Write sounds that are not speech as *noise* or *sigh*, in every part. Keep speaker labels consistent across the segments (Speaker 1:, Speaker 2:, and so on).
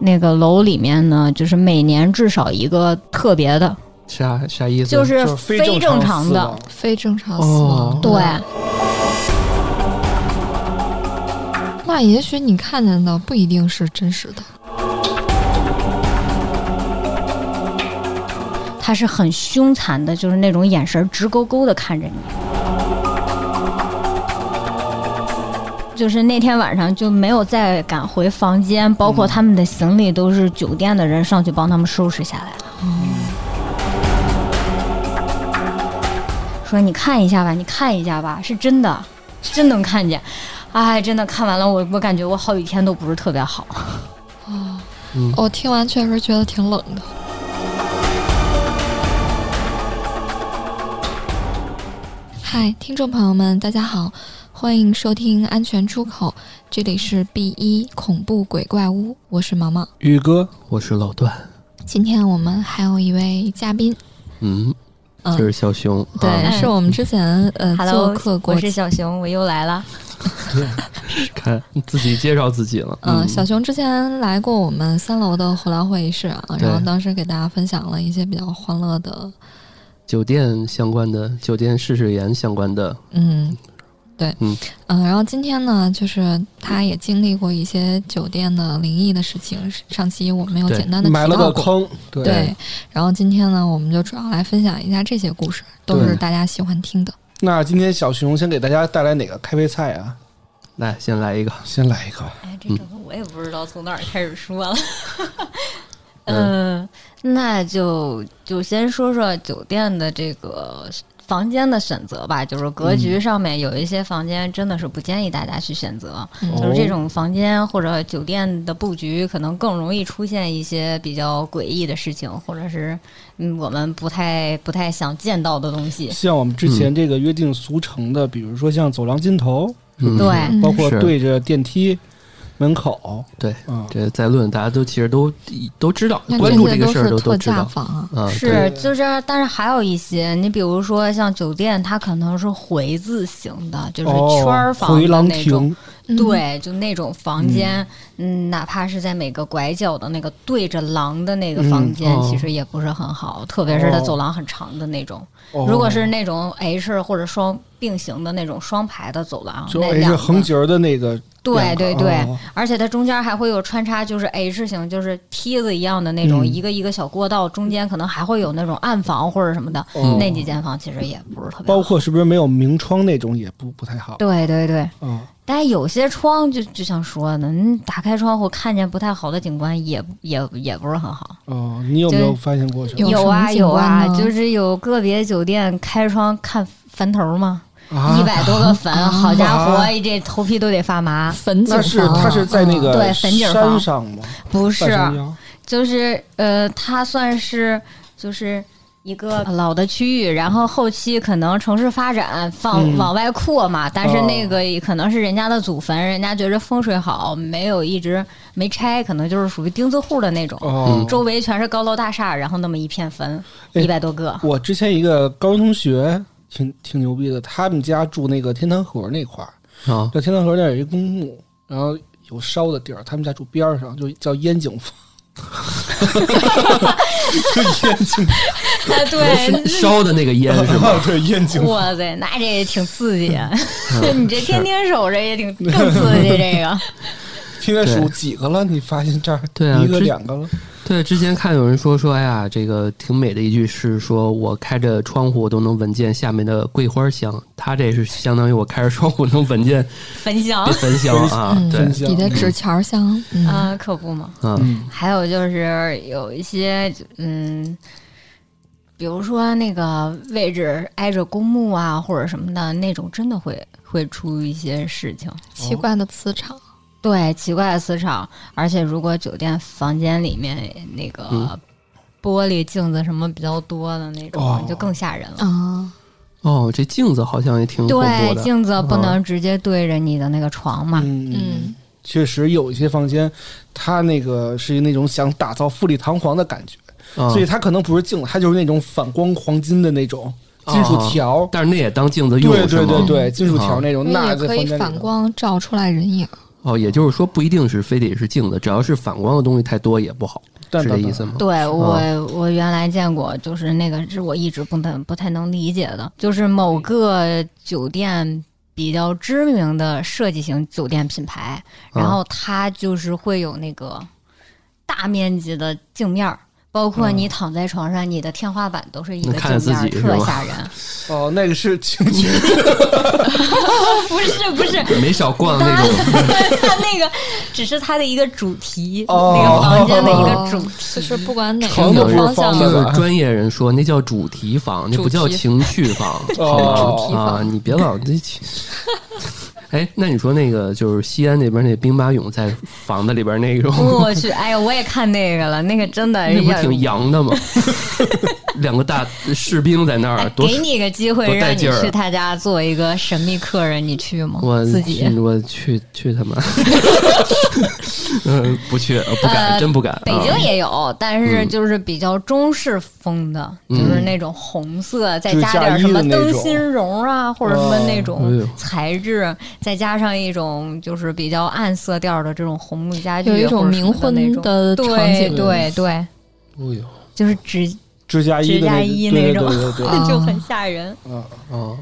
Speaker 1: 那个楼里面呢，就是每年至少一个特别的，
Speaker 2: 啥啥意思？
Speaker 1: 就是是
Speaker 2: 非
Speaker 1: 非正
Speaker 2: 常
Speaker 1: 常
Speaker 2: 死
Speaker 1: 的
Speaker 2: 亡
Speaker 3: 非正常死亡。
Speaker 2: 哦，
Speaker 1: 对，
Speaker 3: 那也许你看见的不一定是真实的。
Speaker 1: 他是很凶残的，就是那种眼神直勾勾的看着你。就是那天晚上就没有再敢回房间，包括他们的行李都是酒店的人上去帮他们收拾下来了。说你看一下吧，你看一下吧，是真的，真能看见。哎，真的看完了，我我感觉我好几天都不是特别好。
Speaker 3: 我、听完确实觉得挺冷的。嗨，听众朋友们，大家好，欢迎收听《安全出口》，这里是 B 一恐怖鬼怪屋，我是毛毛。
Speaker 2: 宇哥，我是老段，
Speaker 3: 今天我们还有一位嘉宾，
Speaker 4: 嗯，
Speaker 3: 嗯
Speaker 4: 这是小熊，
Speaker 3: 对，
Speaker 4: 啊、
Speaker 3: 是我们之前呃
Speaker 1: Hello，
Speaker 3: 做客
Speaker 1: 我
Speaker 3: 过，
Speaker 1: 是小熊，我又来了。
Speaker 4: 看自己介绍自己了。
Speaker 3: 嗯、小熊之前来过我们三楼的胡聊会议室啊，然后
Speaker 4: 对
Speaker 3: 当时给大家分享了一些比较欢乐的，
Speaker 4: 酒店相关的，酒店试试盐相关的，
Speaker 3: 嗯，对，
Speaker 4: 嗯
Speaker 3: 呃然后今天呢，就是他也经历过一些酒店的灵异的事情，上期我们有
Speaker 4: 对
Speaker 3: 哦简单的
Speaker 2: 埋了个
Speaker 3: 过，
Speaker 2: 坑，对
Speaker 3: 对，然后今天呢，我们就主要来分享一下这些故事，都
Speaker 2: 对
Speaker 3: 是大家喜欢听的。
Speaker 2: 那今天小熊先给大家带来哪个开胃菜啊？
Speaker 4: 来，先来一个。
Speaker 2: 先来一个吧。
Speaker 1: 哎，这整个我也不知道从哪儿开始说了。 *laughs* 嗯、那就就先说说酒店的这个房间的选择吧，就是格局上面有一些房间真的是不建议大家去选择，就是这种房间或者酒店的布局，可能更容易出现一些比较诡异的事情，或者是嗯我们不太不太想见到的东西。
Speaker 2: 像我们之前这个约定俗成的，比如说像走廊尽头，
Speaker 4: 嗯、
Speaker 1: 对，
Speaker 3: 嗯
Speaker 2: 包括
Speaker 4: 是
Speaker 2: 对着电梯门口，
Speaker 4: 对，
Speaker 2: 嗯，
Speaker 4: 这再论，大家都其实都都知道，
Speaker 3: 那
Speaker 4: 关注这个事儿
Speaker 3: 些都
Speaker 4: 都
Speaker 3: 是特
Speaker 4: 都知
Speaker 3: 价
Speaker 4: 道。
Speaker 3: 房啊，
Speaker 4: 啊，
Speaker 1: 是，就是，但是还有一些，你比如说像酒店，它可能是回字形的，就是
Speaker 2: 哦
Speaker 1: 圈儿房
Speaker 2: 回
Speaker 1: 的
Speaker 2: 廊
Speaker 1: 那种，
Speaker 2: 亭，
Speaker 3: 嗯，
Speaker 1: 对，就那种房间，嗯，哪怕是在每个拐角的那个对着廊的那个房间，
Speaker 4: 嗯哦
Speaker 1: 其实也不是很好，特别是它
Speaker 2: 哦
Speaker 1: 走廊很长的那种。
Speaker 2: 哦
Speaker 1: 如果是那种 H 或者双并行的那种双排的走廊，
Speaker 2: 就
Speaker 1: 那
Speaker 2: H
Speaker 1: 两
Speaker 2: 横
Speaker 1: 个
Speaker 2: 截儿的那个，
Speaker 1: 对对
Speaker 2: 两个
Speaker 1: 对，
Speaker 2: 哦
Speaker 1: 而且它中间还会有穿插，就是 H 型，就是梯子一样的那种，
Speaker 2: 嗯
Speaker 1: 一个一个小过道，中间可能还会有那种暗房或者什么的。
Speaker 2: 哦
Speaker 1: 那几间房其实也不是特别
Speaker 2: 包
Speaker 1: 好。
Speaker 2: 括是不是没有明窗那种也不不太好。
Speaker 1: 对对对，
Speaker 2: 嗯，
Speaker 1: 但有些窗就就像说的，你打开窗户看见不太好的景观也，也也不是很好。
Speaker 2: 哦，你有没有发现过什
Speaker 3: 有
Speaker 2: 么
Speaker 3: 什么
Speaker 1: 啊
Speaker 3: 景
Speaker 1: 有啊
Speaker 3: 观，呢
Speaker 1: 就是有个别酒店开窗看坟头嘛，
Speaker 2: 啊
Speaker 1: 一？百多个
Speaker 2: *laughs*
Speaker 1: 坟，
Speaker 3: 啊
Speaker 1: 好家伙，哎
Speaker 2: 啊
Speaker 1: 这头皮都得发麻。
Speaker 3: 坟景
Speaker 2: 那
Speaker 3: 房，
Speaker 2: 是它是在那个
Speaker 1: 嗯对坟景房
Speaker 2: 山上吗？
Speaker 1: 不是，
Speaker 2: 半山腰
Speaker 1: 就是呃，它算是就是一个老的区域，然后后期可能城市发展放、
Speaker 2: 嗯
Speaker 1: 往外扩嘛，但是那个也可能是人家的祖坟，人家觉着风水好，没有一直没拆，可能就是属于钉子户的那种。
Speaker 2: 哦，
Speaker 1: 周围全是高楼大厦，然后那么一片坟，
Speaker 2: 哎
Speaker 1: 一百多
Speaker 2: *laughs*
Speaker 1: 个。
Speaker 2: 我之前一个高中同学挺挺牛逼的，他们家住那个天坛河那块儿，
Speaker 4: 啊，
Speaker 2: 在天坛河那儿有一公墓，然后有烧的地儿，他们家住边儿上，就叫烟景 *laughs* 坊。就烟景
Speaker 1: 哎，对，
Speaker 4: 烧的那个
Speaker 2: *laughs*
Speaker 4: 烟是吧？
Speaker 2: 坊，哦对烟景坊，
Speaker 1: 哇塞，那这也挺刺激 *laughs* 啊！
Speaker 4: 嗯
Speaker 1: 你这天天守着也挺更刺激，这个。
Speaker 2: 现在数
Speaker 4: 对
Speaker 2: 几个了？你发现这儿
Speaker 4: 对啊
Speaker 2: 一个
Speaker 4: 之
Speaker 2: 两个了，
Speaker 4: 对，之前看有人说说，哎呀，这个挺美的一句是说，我开着窗户都能闻见下面的桂花香，他这是相当于我开着窗户能闻见
Speaker 1: 焚香
Speaker 4: *laughs* 这焚香啊，
Speaker 2: *laughs*
Speaker 3: 嗯，
Speaker 4: 对，
Speaker 3: 底的纸钱香，嗯，
Speaker 1: 啊，可不嘛。
Speaker 4: 嗯，
Speaker 2: 嗯，
Speaker 1: 还有就是有一些，嗯，比如说那个位置挨着公墓啊，或者什么的那种，真的会会出一些事情。
Speaker 3: 奇怪的磁场，啊
Speaker 1: 对，奇怪的磁场，而且如果酒店房间里面那个
Speaker 4: 嗯
Speaker 1: 玻璃镜子什么比较多的那种，
Speaker 2: 哦
Speaker 1: 就更吓人了。
Speaker 3: 啊，
Speaker 4: 哦，这镜子好像也挺恐怖
Speaker 1: 对，
Speaker 4: 的，
Speaker 1: 镜子不能直接对着你的那个床嘛。
Speaker 2: 嗯
Speaker 3: 嗯，
Speaker 2: 确实有一些房间，它那个是那种想打造富丽堂皇的感觉，
Speaker 4: 啊
Speaker 2: 所以它可能不是镜子，它就是那种反光黄金的那种金属条，
Speaker 4: 但是那也当镜子用
Speaker 2: 啊对
Speaker 4: 是
Speaker 2: 对啊
Speaker 4: 吗
Speaker 2: 对对，金属条那种，
Speaker 3: 因为
Speaker 2: 那
Speaker 3: 嗯也
Speaker 2: 在
Speaker 3: 可
Speaker 2: 房
Speaker 3: 以
Speaker 2: 间里
Speaker 3: 反
Speaker 1: *laughs*
Speaker 2: 头
Speaker 3: 光照出来人影，
Speaker 4: 哦，也就是说不一定是非得是镜子，只要是反光的东西太多也不好，
Speaker 2: 但
Speaker 4: 是这意思吗？
Speaker 1: 对我，我原来见过，就是那个是我一直不能不太能理解的，就是
Speaker 4: 嗯
Speaker 1: 某个酒店比较知名的设计型酒店品牌，
Speaker 4: 啊
Speaker 1: 然后它就是会有那个大面积的镜面儿。包括你躺在床上，你的天花板都是一个
Speaker 4: 嗯能看见
Speaker 1: 镜面儿，
Speaker 4: 自己是
Speaker 1: 特
Speaker 4: 吧
Speaker 1: 吓人。
Speaker 4: *laughs*
Speaker 2: 哦，那个是情趣，
Speaker 1: 不是不
Speaker 4: *laughs*
Speaker 1: 是，
Speaker 4: 没少逛那种，
Speaker 1: 它那个只是它的一个主题，
Speaker 2: 哦
Speaker 1: 那个房间的一
Speaker 4: 哦
Speaker 1: 个主题。
Speaker 3: 哦就是不管哪
Speaker 2: 床
Speaker 3: 个
Speaker 2: 都不是
Speaker 3: 方
Speaker 2: 方
Speaker 3: 向
Speaker 2: 的，
Speaker 4: 就是专业人说那叫主题房，那不叫
Speaker 3: 主题
Speaker 4: 情趣
Speaker 1: *laughs*
Speaker 4: 房。
Speaker 2: 哦
Speaker 3: 主题房
Speaker 4: 啊，你别老这起。 *laughs* 哎，那你说那个就是西安那边那兵马俑在房子里边那种，
Speaker 1: 我去，哎呀，我也看那个了，那个真的
Speaker 4: 那不
Speaker 1: 要
Speaker 4: 是挺
Speaker 1: *laughs*
Speaker 4: 洋的吗？两个大士兵在那啊儿，多
Speaker 1: 哎给你个机会
Speaker 4: 多带
Speaker 1: 让你
Speaker 4: 劲儿啊
Speaker 1: 去他家做一个神秘客人，你去吗？
Speaker 4: 我
Speaker 1: 自己
Speaker 4: 去我去
Speaker 1: *laughs*
Speaker 4: 去他妈！嗯，不去，呃不敢，
Speaker 1: 呃
Speaker 4: 真不敢。
Speaker 1: 北
Speaker 4: 啊嗯
Speaker 1: 京也有，但是就是比较中式风的，就是那种红色，再加点什么灯芯绒啊，或者什么那
Speaker 4: 哎
Speaker 1: 种材质，再加上一种就是比较暗色调的这种红木家具，
Speaker 3: 有一种冥
Speaker 1: 或者什么的那
Speaker 3: 婚
Speaker 1: 种
Speaker 3: 的场
Speaker 1: 对
Speaker 3: 景，
Speaker 4: 嗯
Speaker 1: 对对，
Speaker 2: 哦呦，
Speaker 1: 就是指
Speaker 2: 指甲衣
Speaker 1: 指
Speaker 2: 的
Speaker 1: 甲
Speaker 2: 那
Speaker 1: 衣
Speaker 2: 对
Speaker 1: 那
Speaker 2: 对
Speaker 1: 种
Speaker 2: 对对
Speaker 3: *laughs*
Speaker 2: 对，
Speaker 3: 啊
Speaker 1: 就很吓人。
Speaker 2: 嗯
Speaker 4: 哦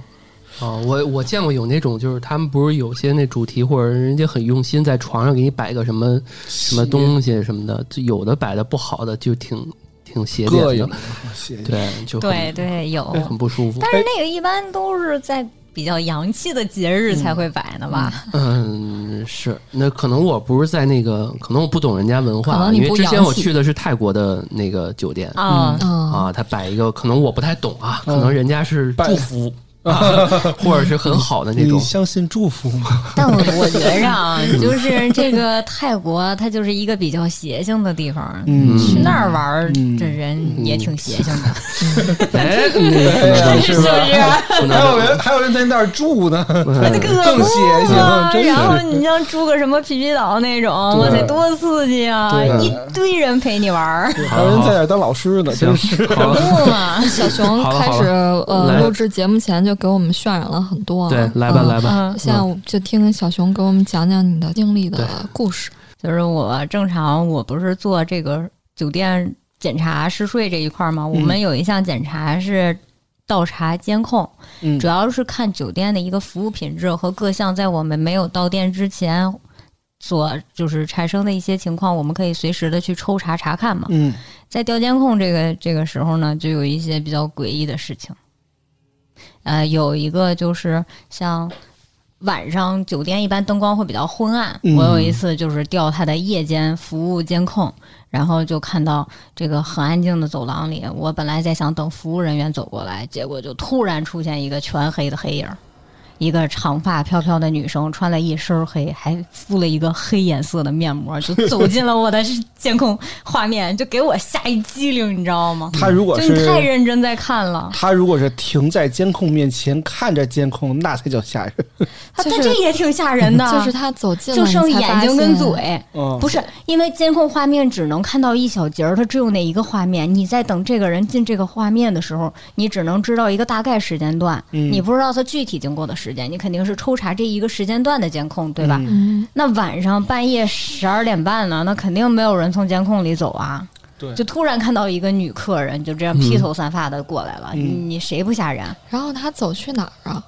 Speaker 4: 哦，我我见过有那种，就是他们不是有些那主题，或者人家很用心在床上给你摆个什么什么
Speaker 2: 嗯
Speaker 4: 东西什么的，就有的摆的不好的就挺挺邪
Speaker 2: 膈
Speaker 4: 典
Speaker 2: 应
Speaker 4: 的，，
Speaker 2: 谢谢。
Speaker 4: 对，就很哎
Speaker 1: 对对，有。
Speaker 4: 很不舒服。
Speaker 1: 但是那个一般都是在比较洋气的节日才会摆呢吧？
Speaker 4: 嗯，是，那可能我不是在那个，可能我不懂人家文
Speaker 3: 可
Speaker 4: 化，
Speaker 3: 能你
Speaker 4: 因为
Speaker 3: 不
Speaker 4: 之前
Speaker 3: 洋
Speaker 4: 我
Speaker 3: 气
Speaker 4: 去的是泰国的那个酒店 *laughs*
Speaker 2: 嗯
Speaker 1: 啊，
Speaker 3: 啊，
Speaker 4: 啊，他摆一个，可能我不太懂啊，可能人家是
Speaker 2: 拜
Speaker 4: 祝福，啊、 *laughs* 或者是很好的那
Speaker 2: 你
Speaker 4: 种。
Speaker 2: 相信祝福吗？
Speaker 1: 但我我觉着
Speaker 2: *laughs*
Speaker 1: 啊，就是这个泰国，它就是一个比较邪性的地方。
Speaker 2: 嗯
Speaker 1: 去那儿玩儿，
Speaker 2: 嗯啊
Speaker 1: 这人也挺邪性
Speaker 2: *laughs*
Speaker 1: 的，
Speaker 4: 哎，
Speaker 1: *laughs* 是不是？
Speaker 4: 那个不能这么不能这
Speaker 2: 还有
Speaker 4: 么
Speaker 2: 人还有人在那儿住呢，
Speaker 4: 嗯
Speaker 2: 更邪性
Speaker 1: 啊，
Speaker 2: 真是
Speaker 1: 然后你像住个什么皮皮岛那种，哇塞，多刺激啊！
Speaker 2: 对
Speaker 1: 一堆人陪你玩儿，
Speaker 2: 还有人在那儿当老师呢，真是。
Speaker 4: 行，好， *laughs*
Speaker 1: 不嘛？
Speaker 3: 小熊
Speaker 4: 好了
Speaker 3: 开
Speaker 4: 好
Speaker 3: 始
Speaker 4: 来
Speaker 3: 呃录制节目前就给我们渲染了很多啊，
Speaker 4: 对，来吧，
Speaker 3: 嗯
Speaker 4: 来吧，
Speaker 3: 现在我就听小熊给我们讲讲你的经历
Speaker 4: 对
Speaker 3: 的故事。
Speaker 1: *laughs* 就是我正常，我不是做这个酒店检查试睡这一块儿吗？
Speaker 2: 嗯
Speaker 1: 我们有一项检查是倒查监控，
Speaker 2: 嗯
Speaker 1: 主要是看酒店的一个服务品质和各项在我们没有到店之前所就是产生的一些情况，我们可以随时的去抽查查看嘛。
Speaker 2: 嗯，
Speaker 1: 在调监控这个这个时候呢，就有一些比较诡异的事情。呃，有一个就是像晚上酒店一般灯光会比较昏暗，
Speaker 2: 嗯
Speaker 1: 我有一次就是调它的夜间服务监控，然后就看到这个很安静的走廊里，我本来在想等服务人员走过来，结果就突然出现一个全黑的黑影儿。一个长发飘飘的女生，穿了一身黑，还敷了一个黑颜色的面膜，就走进了我的监控画面，就给我吓一激灵，你知道吗？
Speaker 2: 他如果
Speaker 1: 就你太
Speaker 2: 是
Speaker 1: 认真在看了，
Speaker 2: 他如果是停在监控面前看着监控，那才叫吓人。
Speaker 1: 啊，
Speaker 3: 就
Speaker 1: 但
Speaker 3: 是
Speaker 1: 这也挺吓人的，
Speaker 3: 就是他走近了，
Speaker 1: *laughs* 就剩
Speaker 3: 你才
Speaker 1: 眼
Speaker 3: 发
Speaker 1: 睛跟
Speaker 3: 现
Speaker 1: 嘴。
Speaker 2: 嗯，
Speaker 1: 不是，因为监控画面只能看到一小截儿，它只有那一个画面。你在等这个人进这个画面的时候，你只能知道一个大概时间段，
Speaker 2: 嗯
Speaker 1: 你不知道他具体经过的时间，你肯定是抽查这一个时间段的监控，对吧？
Speaker 2: 嗯
Speaker 3: 嗯，
Speaker 1: 那晚上半夜十二点半了，那肯定没有人从监控里走啊。
Speaker 2: 对
Speaker 1: 就突然看到一个女客人就这样披头散发的过来了，
Speaker 2: 嗯
Speaker 1: 你你谁不吓人？
Speaker 3: 然后他走去哪儿啊？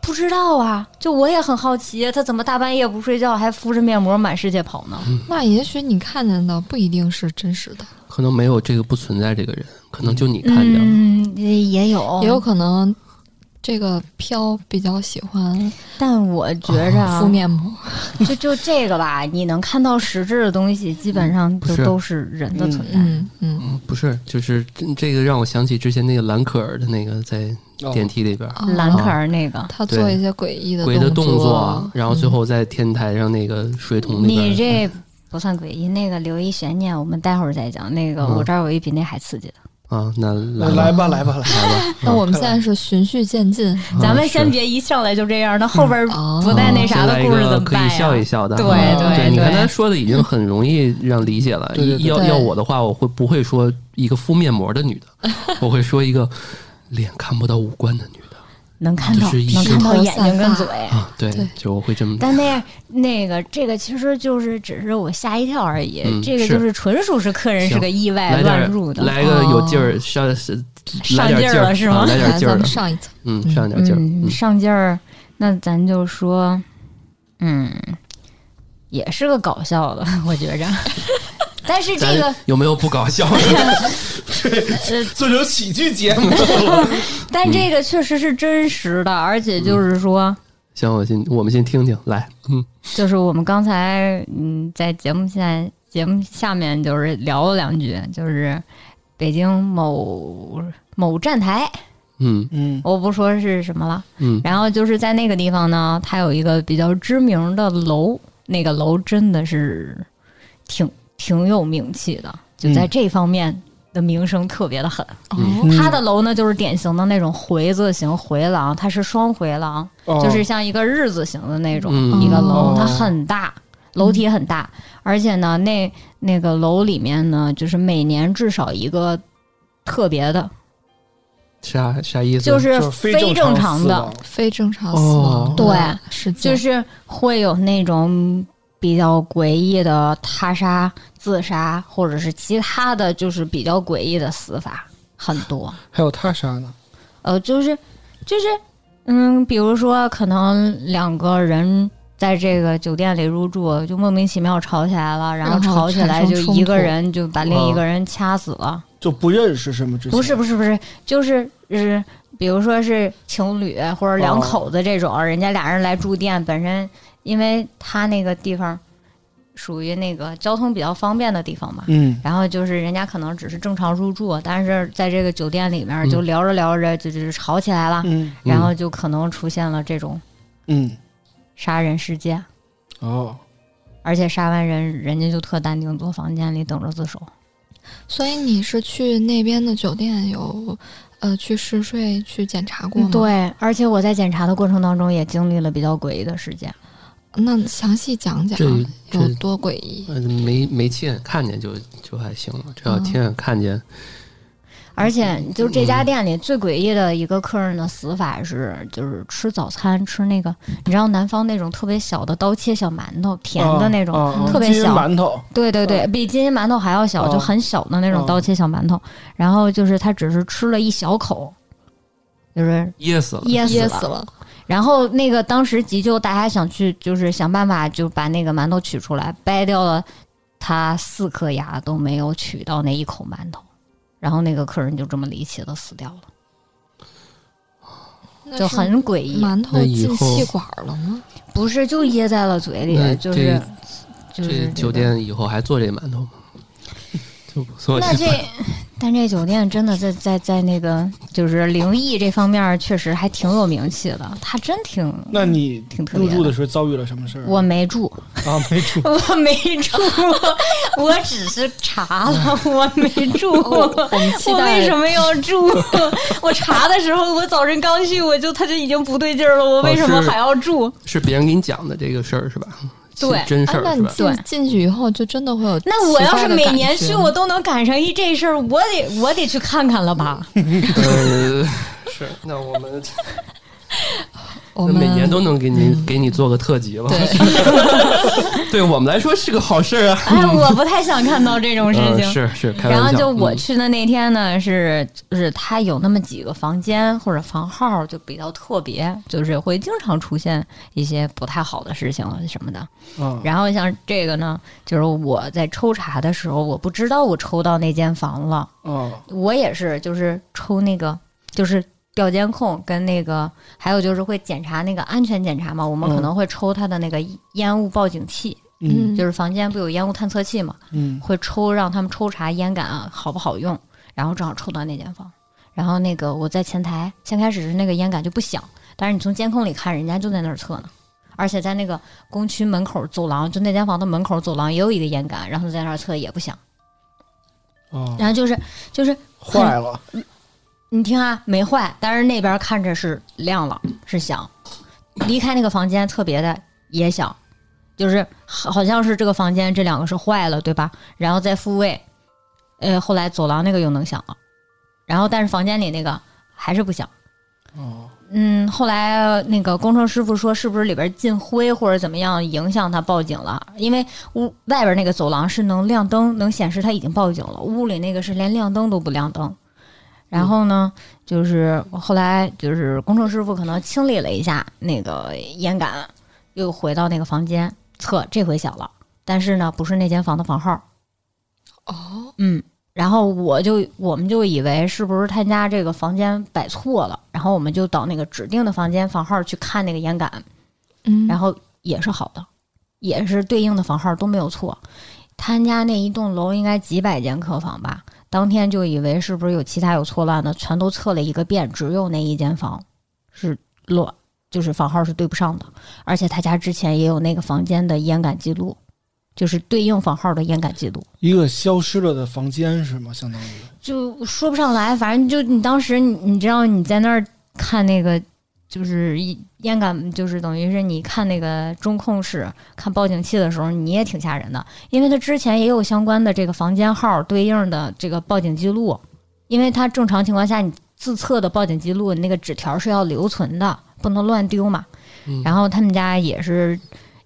Speaker 1: 不知道啊，就我也很好奇，她怎么大半夜不睡觉还敷着面膜满世界跑呢？
Speaker 3: 那也许你看见的不一定是真实的，
Speaker 4: 可能没有这个不存在这个人，可能就你看见了。
Speaker 1: 嗯，也也有
Speaker 3: 也有，可能这个飘比较喜欢
Speaker 1: 但我觉着啊
Speaker 3: 哦敷，面膜。
Speaker 1: 就就这个吧，你能看到实质的东西，基本上
Speaker 4: 不
Speaker 1: 就是都是人的存在。
Speaker 3: 嗯嗯，
Speaker 4: 嗯不是，就是这个让我想起之前那个蓝可儿的那个在
Speaker 2: 哦
Speaker 4: 电梯里边，
Speaker 3: 啊
Speaker 1: 蓝可儿那个，
Speaker 3: 他做一些诡异的
Speaker 4: 鬼的动
Speaker 3: 作
Speaker 4: 作
Speaker 3: 啊，，
Speaker 4: 然后最后在天台上那个水桶里边，
Speaker 1: 嗯你这不算诡异，那个留一悬念，我们待会儿再讲。那个
Speaker 4: 嗯
Speaker 1: 我这儿有一比那还刺激的，
Speaker 4: 啊，那来
Speaker 2: 来
Speaker 4: 吧
Speaker 2: 来吧，来吧，来吧。
Speaker 4: 来吧，
Speaker 2: *laughs*
Speaker 3: 那我们现在是循序渐进，
Speaker 4: 啊嗯
Speaker 1: 咱们
Speaker 4: 是
Speaker 1: 先别一上来就这样，那后边
Speaker 3: 哦
Speaker 1: 不带那啥的故事怎么
Speaker 4: 可以
Speaker 1: 办
Speaker 4: 笑一
Speaker 1: 呀？
Speaker 4: 笑的，
Speaker 1: 对
Speaker 4: 啊
Speaker 2: 对
Speaker 4: 对，你看
Speaker 1: 对
Speaker 4: 他说的已经很容易让理解了。
Speaker 2: 对对对
Speaker 4: 一要
Speaker 3: 对
Speaker 4: 要我的话，我会不会
Speaker 1: *laughs*
Speaker 4: 说一个敷面膜的女的？我会说一个脸看不到五官的女的，
Speaker 1: 能看到
Speaker 4: 就是一
Speaker 1: 能看到
Speaker 3: 头
Speaker 1: 眼睛跟
Speaker 3: 散发
Speaker 1: 嘴。
Speaker 4: 啊，对
Speaker 3: 对
Speaker 4: 就我会这么
Speaker 1: 但那样，那个这个其实就是只是我吓一跳而已，
Speaker 4: 嗯
Speaker 1: 这个
Speaker 4: 是
Speaker 1: 就是纯属是客人是
Speaker 4: 行
Speaker 1: 个意外
Speaker 4: 来点
Speaker 1: 乱
Speaker 4: 儿
Speaker 1: 入的。哦
Speaker 4: 来个有劲儿，上来
Speaker 1: 上
Speaker 4: 点
Speaker 1: 劲儿
Speaker 4: 劲
Speaker 1: 了是吗
Speaker 4: 啊来点
Speaker 3: 来，
Speaker 4: 劲
Speaker 3: 咱
Speaker 1: *laughs*
Speaker 4: 儿了
Speaker 3: 们，上一层，
Speaker 4: 嗯，上点劲儿，
Speaker 1: 嗯，
Speaker 4: 嗯
Speaker 1: 上劲儿，那咱就说，嗯，也是个搞笑的，我觉着。 *laughs* 但是这个
Speaker 4: 咱，有没有不搞笑的？
Speaker 2: 做成喜剧节目，
Speaker 4: 嗯
Speaker 1: 但这个确实是真实的，而且就是说，
Speaker 4: 行，我先我们先听听，来，嗯，
Speaker 1: 就是我们刚才嗯，在节目下节目下面就是聊了两句，就是北京某某站台，
Speaker 4: 嗯
Speaker 2: 嗯，
Speaker 1: 我不说是什么了。
Speaker 4: 嗯，
Speaker 1: 然后就是在那个地方呢，它有一个比较知名的楼，那个楼真的是挺挺有名气的，就在这方面的名声特别的狠。
Speaker 3: 哦
Speaker 4: 嗯
Speaker 1: 它的楼呢，就是典型的那种回字形回廊，它是双回廊，
Speaker 2: 哦
Speaker 1: 就是像一个日字形的那种、
Speaker 4: 嗯
Speaker 1: 一个楼
Speaker 2: 哦，
Speaker 1: 它很大。楼体很大，而且呢，那那个楼里面呢，就是每年至少一个特别的，
Speaker 4: 啥啥意思？
Speaker 1: 就是
Speaker 2: 就是
Speaker 1: 非
Speaker 2: 正
Speaker 1: 正
Speaker 2: 常
Speaker 1: 常
Speaker 2: 死
Speaker 1: 的，
Speaker 2: 亡
Speaker 3: 非正常死
Speaker 4: 哦
Speaker 3: 亡的
Speaker 1: 对啊
Speaker 3: 事件，
Speaker 1: 就是会有那种比较诡异的他杀、自杀，或者是其他的就是比较诡异的死法很多。
Speaker 2: 还有他杀呢，
Speaker 1: 呃，就是就是嗯，比如说可能两个人。在这个酒店里入住，就莫名其妙吵起来了，然后
Speaker 3: 然后
Speaker 1: 吵起来
Speaker 3: 嗯产
Speaker 1: 就
Speaker 3: 生
Speaker 1: 一个
Speaker 3: 冲突嗯
Speaker 1: 人就把另一个人掐死了。
Speaker 2: 就不认识什么之前
Speaker 1: 不是不是不是，就是是，比如说是情侣或者两
Speaker 2: 哦
Speaker 1: 口子这种，人家俩人来住店，本身因为他那个地方属于那个交通比较方便的地方嘛。
Speaker 2: 嗯，
Speaker 1: 然后就是人家可能只是正常入住，但是在这个酒店里面
Speaker 4: 嗯
Speaker 1: 就聊着聊着就就是吵起来了，
Speaker 2: 嗯
Speaker 1: 然后就可能出现了这种
Speaker 2: 嗯，
Speaker 1: 杀人事件，
Speaker 2: 哦，
Speaker 1: 而且杀完人人家就特淡定，坐房间里等着自首。
Speaker 3: 所以你是去那边的酒店有呃去试睡去检查过吗？，
Speaker 1: 对，而且我在检查的过程当中也经历了比较诡异的事件。
Speaker 3: 那详细讲讲
Speaker 4: 这这
Speaker 3: 有多诡异？
Speaker 4: 呃没没亲眼看见就就还行了，只要
Speaker 3: 嗯
Speaker 4: 亲眼看见，
Speaker 1: 而且，就这家店里最诡异的一个客人的死法是，就是吃早餐吃那个，你知道南方那种特别小的刀切小馒头，甜的那种，
Speaker 2: 哦哦
Speaker 1: 特别
Speaker 2: 金银
Speaker 1: 小
Speaker 2: 馒头，
Speaker 1: 对对对，比金银馒头还要小，
Speaker 2: 哦
Speaker 1: 就很小的那种
Speaker 2: 哦
Speaker 1: 刀切小馒头。然后就是他只是吃了一小口，就是
Speaker 4: 噎死了，
Speaker 1: 噎死
Speaker 3: 噎
Speaker 1: 了。
Speaker 3: 死了！
Speaker 1: 然后那个当时急救，大家想去就是想办法就把那个馒头取出来，掰掉了他四颗牙都没有取到那一口馒头，然后那个客人就这么离奇的死掉了。
Speaker 3: 那
Speaker 1: 就是很诡异，
Speaker 3: 馒头
Speaker 4: 那以
Speaker 3: 进
Speaker 4: 后
Speaker 3: 气管了吗？
Speaker 1: 不是就噎在了嘴
Speaker 4: 那
Speaker 1: 里，就是就
Speaker 4: 这
Speaker 1: 是
Speaker 4: 酒
Speaker 1: 这个。
Speaker 4: 店以后还做这馒头吗？就不错， *laughs*
Speaker 1: 那这，但这酒店真的在在在那个就是灵异这方面确实还挺有名气的，它真挺。
Speaker 2: 那你
Speaker 1: 嗯挺特别
Speaker 2: 入
Speaker 1: 的
Speaker 2: 住的时候遭遇了什么事儿？
Speaker 1: 我没住，，
Speaker 2: 啊没住
Speaker 1: 我没住，我只是查了，我没住。
Speaker 3: 嗯哦我们期
Speaker 1: *laughs* 我为
Speaker 3: 待
Speaker 1: 什么要住？ *laughs* 我查的时候，我早晨刚去，我就他就已经不对劲儿了。
Speaker 3: 哦
Speaker 1: 我为什么还要住？
Speaker 4: 是别人给你讲的这个事儿是吧？
Speaker 1: 对
Speaker 4: 是真事
Speaker 3: 啊，那
Speaker 4: 儿是
Speaker 3: 你
Speaker 4: 吧？
Speaker 1: 对
Speaker 3: 进进去以后就真的会有
Speaker 1: 那我
Speaker 3: 奇
Speaker 1: 要
Speaker 3: 怪
Speaker 1: 是
Speaker 3: 的
Speaker 1: 每
Speaker 3: 感
Speaker 1: 年
Speaker 3: 觉
Speaker 1: 去，我都能赶上一这事儿，我得我得去看看了
Speaker 3: *laughs*
Speaker 1: 吧？
Speaker 4: 呃，是，那我们
Speaker 3: 我
Speaker 4: 那
Speaker 3: 们
Speaker 4: 每年都能给你给你做个特辑了，
Speaker 3: 对
Speaker 4: 对我们来说是个好事儿啊。
Speaker 1: 哎，我不太想看到这种事
Speaker 4: 嗯，
Speaker 1: 情。
Speaker 4: 是是，开玩笑。
Speaker 1: 然后就我
Speaker 4: 嗯
Speaker 1: 去的那天呢，是就是他有那么几个房间或者房号就比较特别，就是会经常出现一些不太好的事情什么的。
Speaker 2: 啊，
Speaker 1: *laughs* 然后像这个呢，就是我在抽查的时候，我不知道我抽到那间房了，
Speaker 2: 哦，
Speaker 1: 我也是就是抽那个就是。调监控跟那个，还有就是会检查那个安全检查嘛，我们可
Speaker 2: 嗯
Speaker 1: 能会抽它的那个烟雾报警器，
Speaker 2: 嗯
Speaker 1: 就是房间不有烟雾探测器嘛，
Speaker 2: 嗯，
Speaker 1: 会抽让他们抽查烟感啊好不好用，然后正好抽到那间房，然后那个我在前台，先开始是那个烟感就不响，但是你从监控里看，人家就在那儿测呢，而且在那个工区门口走廊，就那间房的门口走廊也有一个烟感，然后在那儿测也不响，
Speaker 2: 哦，
Speaker 1: 然后就是就是
Speaker 2: 坏了，
Speaker 1: 你听啊，没坏，但是那边看着是亮了，是响。离开那个房间特别的也响，就是好好像是这个房间这两个是坏了，对吧？然后再复位，呃，后来走廊那个又能响了，然后但是房间里那个还是不响。
Speaker 2: 哦，
Speaker 1: 嗯，后来那个工程师傅说，是不是里边进灰或者怎么样影响他报警了？因为屋外边那个走廊是能亮灯，能显示他已经报警了，屋里那个是连亮灯都不亮灯。然后呢，就是后来就是工程师傅可能清理了一下那个烟杆，又回到那个房间测，这回响了，但是呢，不是那间房的房号，
Speaker 3: 哦，
Speaker 1: 嗯，然后我就我们就以为是不是他家这个房间摆错了，然后我们就到那个指定的房间房号去看那个烟杆，
Speaker 3: 嗯，
Speaker 1: 然后也是好的，也是对应的房号都没有错。他家那一栋楼应该几百间客房吧，当天就以为是不是有其他有错乱的，全都测了一个遍，只有那一间房是乱，就是房号是对不上的，而且他家之前也有那个房间的烟感记录，就是对应房号的烟感记录。
Speaker 2: 一个消失了的房间是吗？相当于
Speaker 1: 就说不上来，反正就你当时你你知道你在那儿看那个就是一烟感，就是等于是你看那个中控室看报警器的时候，你也挺吓人的，因为他之前也有相关的这个房间号对应的这个报警记录，因为他正常情况下你自测的报警记录，你那个纸条是要留存的，不能乱丢嘛。
Speaker 4: 嗯
Speaker 1: 然后他们家也是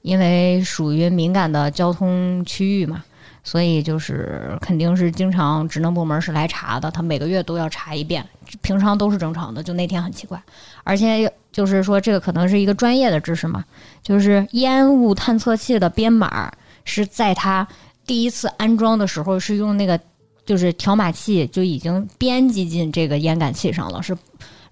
Speaker 1: 因为属于敏感的交通区域嘛，所以就是肯定是经常职能部门是来查的，他每个月都要查一遍，平常都是正常的，就那天很奇怪。而且就是说，这个可能是一个专业的知识嘛，就是烟雾探测器的编码是在它第一次安装的时候是用那个就是调码器就已经编辑进这个烟感器上了，是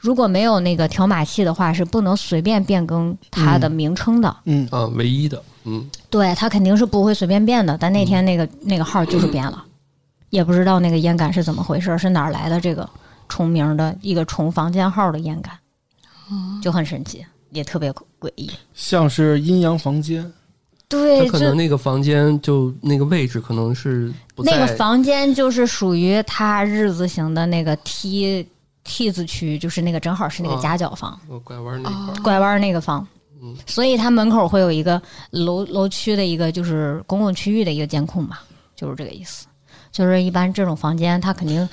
Speaker 1: 如果没有那个调码器的话，是不能随便变更它的名称的。
Speaker 2: 嗯，
Speaker 4: 啊，唯一的，嗯，
Speaker 1: 对它肯定是不会随便变的，但那天那个、那个号就是变了，也不知道那个烟感是怎么回事，是哪儿来的这个重名的一个重房间号的烟感，
Speaker 3: 啊
Speaker 1: 就很神奇，也特别诡异。
Speaker 2: 像是阴阳房间，
Speaker 1: 对，
Speaker 4: 他可
Speaker 1: 就
Speaker 4: 能那个房间就那个位置可能是不
Speaker 1: 那
Speaker 4: 在
Speaker 1: 个房间就是属于他日字形的那个 T T 字区，就是那个正好是那个
Speaker 4: 啊
Speaker 1: 夹角房。
Speaker 4: 呃拐弯那块儿，
Speaker 1: 拐弯那个方
Speaker 4: 嗯，
Speaker 1: 所以它门口会有一个楼楼区的一个就是公共区域的一个监控嘛，就是这个意思。就是一般这种房间，它肯定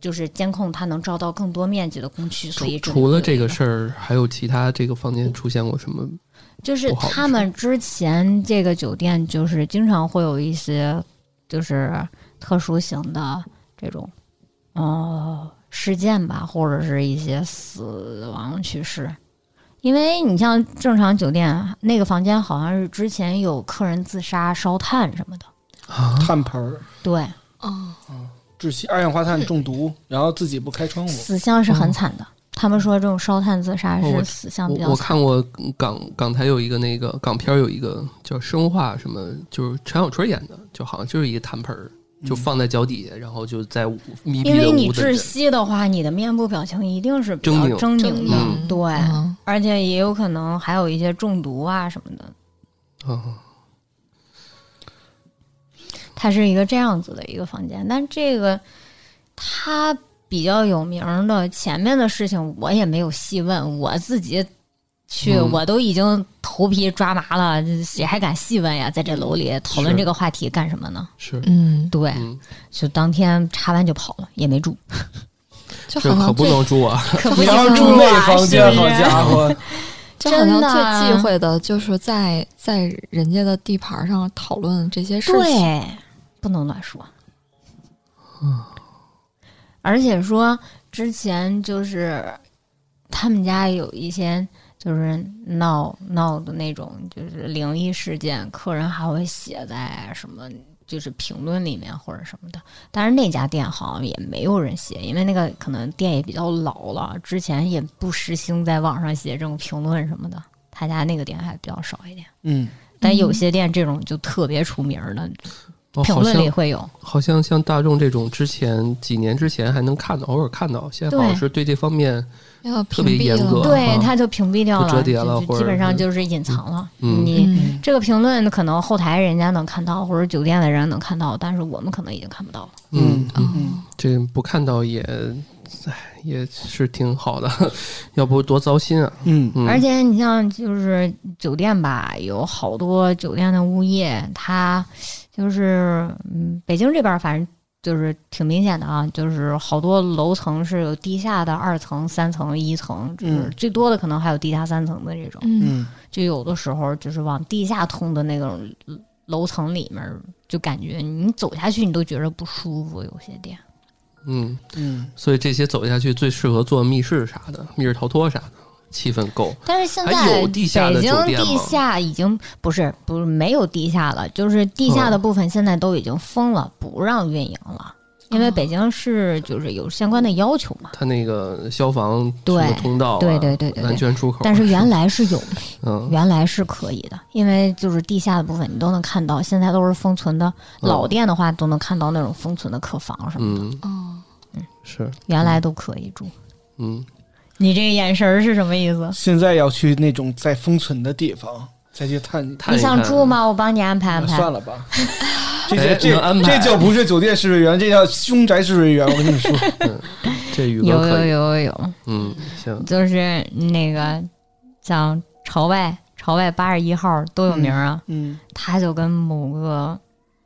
Speaker 1: 就是监控，它能照到更多面积的工区，所以
Speaker 4: 除除了这
Speaker 1: 个
Speaker 4: 个事儿，还有其他这个房间出现过什么？
Speaker 1: 就是
Speaker 4: 不好的
Speaker 1: 他们之前这个酒店就是经常会有一些就是特殊型的这种呃事件吧，或者是一些死亡趋势。因为你像正常酒店那个房间，好像是之前有客人自杀、烧炭什么的。
Speaker 4: 啊
Speaker 2: 炭盆儿
Speaker 1: 对，
Speaker 3: 哦，
Speaker 2: 窒息二氧化碳中毒，然后自己不开窗户，
Speaker 1: 死相是很惨的。他们说这种烧炭自杀
Speaker 4: 哦哦
Speaker 1: 是
Speaker 4: 我
Speaker 1: 死相比
Speaker 4: 我
Speaker 1: 较
Speaker 4: 我
Speaker 1: 惨。
Speaker 4: 看过港港台有一个那个港片儿有一个叫《生化》，什么就是陈小春演的，就好像就是一个痰盆儿，就放在脚底下，然后就在屋密
Speaker 1: 因
Speaker 4: 闭
Speaker 1: 为
Speaker 4: 的
Speaker 1: 你
Speaker 4: 屋子
Speaker 1: 窒
Speaker 4: 里。
Speaker 1: 息的话，你的面部表情一定是比较
Speaker 4: 狰狞
Speaker 1: 狰狞的，
Speaker 4: 嗯
Speaker 1: 对。
Speaker 3: 嗯
Speaker 1: 而且也有可能还有一些中毒啊什么的，
Speaker 4: 嗯，
Speaker 1: 它是一个这样子的一个房间。但这个它比较有名的前面的事情，我也没有细问，我自己去、
Speaker 4: 嗯
Speaker 1: 我都已经头皮抓麻了，谁还敢细问呀？在这楼里讨论
Speaker 4: 是
Speaker 1: 这个话题干什么呢？
Speaker 4: 是，
Speaker 3: 嗯，
Speaker 1: 对，
Speaker 4: 嗯，
Speaker 1: 就当天查完就跑了，也
Speaker 2: *laughs*
Speaker 1: 没住，
Speaker 3: 就
Speaker 4: 这
Speaker 3: 好
Speaker 4: 可
Speaker 3: 像
Speaker 4: 不
Speaker 3: 最
Speaker 4: 能住啊！
Speaker 1: 可不啊
Speaker 2: 你
Speaker 1: 行
Speaker 2: 要住那房间，好
Speaker 1: *laughs*
Speaker 2: 家伙，
Speaker 3: 就好
Speaker 1: 真的
Speaker 3: 像
Speaker 1: 啊
Speaker 3: 最忌讳的就是在在人家的地盘上讨论这些事情。
Speaker 1: 对，不能乱说。而且说之前就是他们家有一些就是闹闹的那种就是灵异事件，客人还会写在什么就是评论里面或者什么的。但是那家店好像也没有人写，因为那个可能店也比较老了，之前也不时兴在网上写这种评论什么的。他家那个店还比较少一点。
Speaker 2: 嗯，
Speaker 1: 但有些店这种就特别出名儿的，
Speaker 4: 哦
Speaker 1: 评
Speaker 4: 好
Speaker 1: 论里
Speaker 4: 像
Speaker 1: 会有。
Speaker 4: 好像像大众这种，之前几年之前还能看到，偶尔看到，现在好像
Speaker 1: 对
Speaker 4: 是对这方面，
Speaker 3: 要
Speaker 4: 特别
Speaker 3: 屏蔽
Speaker 4: 严
Speaker 3: 了
Speaker 4: 格
Speaker 1: 对
Speaker 4: 啊，
Speaker 1: 他就屏蔽掉
Speaker 4: 不折叠
Speaker 1: 就
Speaker 4: 了
Speaker 1: 就
Speaker 4: 或者
Speaker 1: 基本上
Speaker 4: 是
Speaker 1: 就是隐藏了。
Speaker 4: 嗯
Speaker 1: 你
Speaker 3: 嗯，
Speaker 1: 这个评论可能后台人家能看到，或者酒店的人能看到，但是我们可能已经看不到了。
Speaker 4: 嗯
Speaker 2: 嗯，
Speaker 3: 哦
Speaker 2: 嗯
Speaker 4: 这不看到也，唉，也是挺好的， *laughs* 要不多糟心啊！
Speaker 2: 嗯，
Speaker 4: 嗯、
Speaker 1: 而且你像就是酒店吧，有好多酒店的物业，它就是嗯，北京这边儿反正就是挺明显的啊，就是好多楼层是有地下的二层、三层、一层，就是
Speaker 2: 嗯
Speaker 1: 最多的可能还有地下三层的这种。
Speaker 3: 嗯，
Speaker 2: 嗯，
Speaker 1: 就有的时候就是往地下通的那种楼层里面，就感觉你走下去你都觉着不舒服，有些店。
Speaker 4: 嗯，
Speaker 2: 嗯，
Speaker 4: 所以这些走下去最适合做密室啥的，密室逃脱啥的，气氛够。
Speaker 1: 但是现在
Speaker 4: 还有地下的
Speaker 1: 北京
Speaker 4: 酒店吗
Speaker 1: 地下已经不是不是没有地下了，就是地下的
Speaker 4: 嗯
Speaker 1: 部分现在都已经封了，不让运营了，因为北京市就是有相关的要求嘛。
Speaker 4: 它那个消防什么
Speaker 1: 对
Speaker 4: 通道、啊，
Speaker 1: 对对对对对
Speaker 4: 安全出口啊。
Speaker 1: 但是原来是
Speaker 4: *laughs*
Speaker 1: 有，
Speaker 4: 嗯，
Speaker 1: 原来是可以的，因为就是地下的部分你都能看到，现在都是封存的。
Speaker 4: 嗯
Speaker 1: 老店的话都能看到那种封存的客房什么，
Speaker 4: 嗯
Speaker 3: 哦，
Speaker 4: 是
Speaker 1: 原来都可以住。
Speaker 4: 嗯，
Speaker 1: 你这个眼神儿是什么意思？
Speaker 2: 现在要去那种在封存的地方再去探，
Speaker 4: 看
Speaker 1: 你
Speaker 4: 一看啊
Speaker 1: 想住？吗？我帮你安排安
Speaker 2: 啊
Speaker 1: 排。
Speaker 2: 算了
Speaker 1: *laughs*
Speaker 2: 吧。这
Speaker 4: 哎
Speaker 2: 这
Speaker 4: 能安
Speaker 2: 这
Speaker 4: 排
Speaker 2: 这就不是酒店试睡员，这叫凶宅试睡员。我跟
Speaker 1: *laughs*
Speaker 2: 你说，
Speaker 4: 嗯这宇哥
Speaker 1: 有有
Speaker 4: 可以。
Speaker 1: 有有有，
Speaker 4: 嗯，行，
Speaker 1: 就是那个像朝外朝外八十一号都有名儿啊，
Speaker 2: 嗯
Speaker 1: 他就跟某个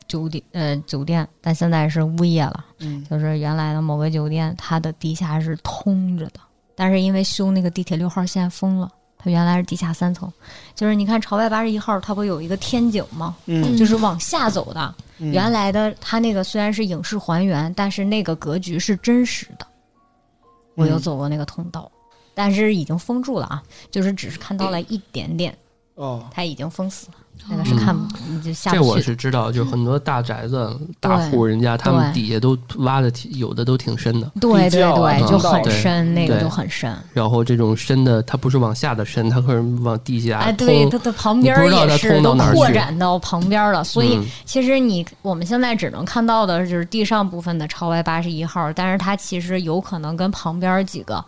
Speaker 1: 酒店呃酒店，但现在是物业了，
Speaker 2: 嗯
Speaker 1: 就是原来的某个酒店，它的地下是通着的，但是因为修那个地铁六号线封了。它原来是地下三层，就是你看朝外八十一号，它不有一个天井吗？
Speaker 2: 嗯，
Speaker 1: 就是往下走的。
Speaker 2: 嗯
Speaker 1: 原来的它那个虽然是影视还原，但是那个格局是真实的。我又
Speaker 2: 嗯
Speaker 1: 走过那个通道，但是已经封住了啊，就是只是看到了一点点，
Speaker 2: 哦，
Speaker 1: 它已经封死了，那个是看
Speaker 3: 哦
Speaker 1: 不，你就下
Speaker 4: 嗯这
Speaker 1: 不
Speaker 4: 我
Speaker 1: 去的。嗯
Speaker 4: 是知道，就很多大宅子、大户人家，他们底下都挖的挺，有的都挺深的。
Speaker 1: 对
Speaker 2: 地
Speaker 1: 对
Speaker 2: 窖啊
Speaker 1: 对，
Speaker 4: 嗯
Speaker 1: 就很
Speaker 2: 对
Speaker 1: 深，那个
Speaker 4: 对
Speaker 1: 就很深。
Speaker 4: 然后这种深的，它不是往下的深，它可能往地下
Speaker 1: 哎，
Speaker 4: 通。
Speaker 1: 对，它的旁边儿
Speaker 4: 你不知道它
Speaker 1: 也是
Speaker 4: 通到
Speaker 1: 都
Speaker 4: 哪儿去
Speaker 1: 扩展到旁边儿了，所以
Speaker 4: 嗯
Speaker 1: 其实你我们现在只能看到的就是地上部分的朝外八十一号，但是它其实有可能跟旁边几个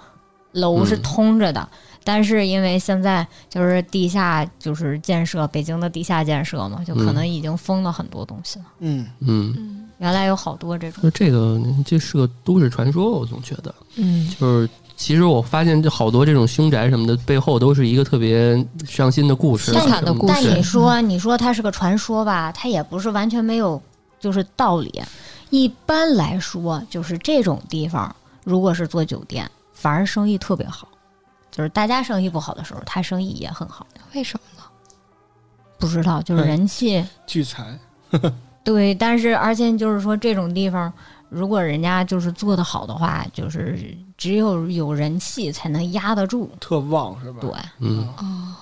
Speaker 1: 楼是
Speaker 4: 嗯
Speaker 1: 通着的。但是因为现在就是地下就是建设，北京的地下建设嘛，就可能已经封了很多东西了。
Speaker 2: 嗯
Speaker 4: 嗯，
Speaker 3: 嗯
Speaker 1: 原来有好多这种，
Speaker 4: 说这个这是个都市传说，我总觉得
Speaker 3: 嗯
Speaker 4: 就是。其实我发现，这好多这种凶宅什么的，背后都是一个特别伤心的故事，
Speaker 1: 但
Speaker 3: 惨的故
Speaker 1: 但
Speaker 3: 事
Speaker 1: 你说，你说它是个传说吧，它也不是完全没有就是道理。一般来说，就是这种地方，如果是做酒店，反而生意特别好。就是大家生意不好的时候，他生意也很好。
Speaker 3: 为什么呢？
Speaker 1: 不知道，就是
Speaker 2: 嗯
Speaker 1: 人气、
Speaker 2: 聚财，
Speaker 1: 对，但是而且就是说这种地方，如果人家就是做得好的话，就是只有有人气才能压得住。
Speaker 2: 特旺是吧？
Speaker 1: 对，
Speaker 4: 嗯，
Speaker 3: 哦，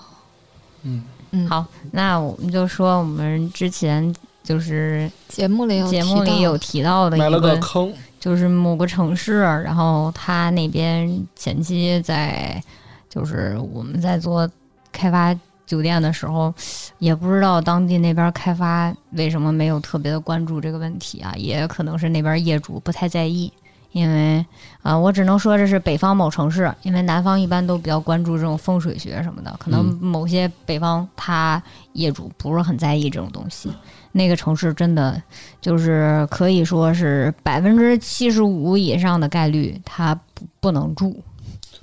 Speaker 2: 嗯，
Speaker 3: 嗯，
Speaker 1: 好那我们就说我们之前就是
Speaker 3: 节目里有
Speaker 1: 节目里有
Speaker 3: 提
Speaker 1: 提到的一
Speaker 2: 埋了个
Speaker 1: 个，
Speaker 2: 坑，
Speaker 1: 就是某个城市，然后他那边前期在就是我们在做开发酒店的时候，也不知道当地那边开发为什么没有特别的关注这个问题啊，也可能是那边业主不太在意。因为啊、呃我只能说这是北方某城市，因为南方一般都比较关注这种风水学什么的，可能
Speaker 4: 嗯
Speaker 1: 某些北方他业主不是很在意这种东西。那个城市真的就是可以说是百分之七十五以上的概率，它不不能住。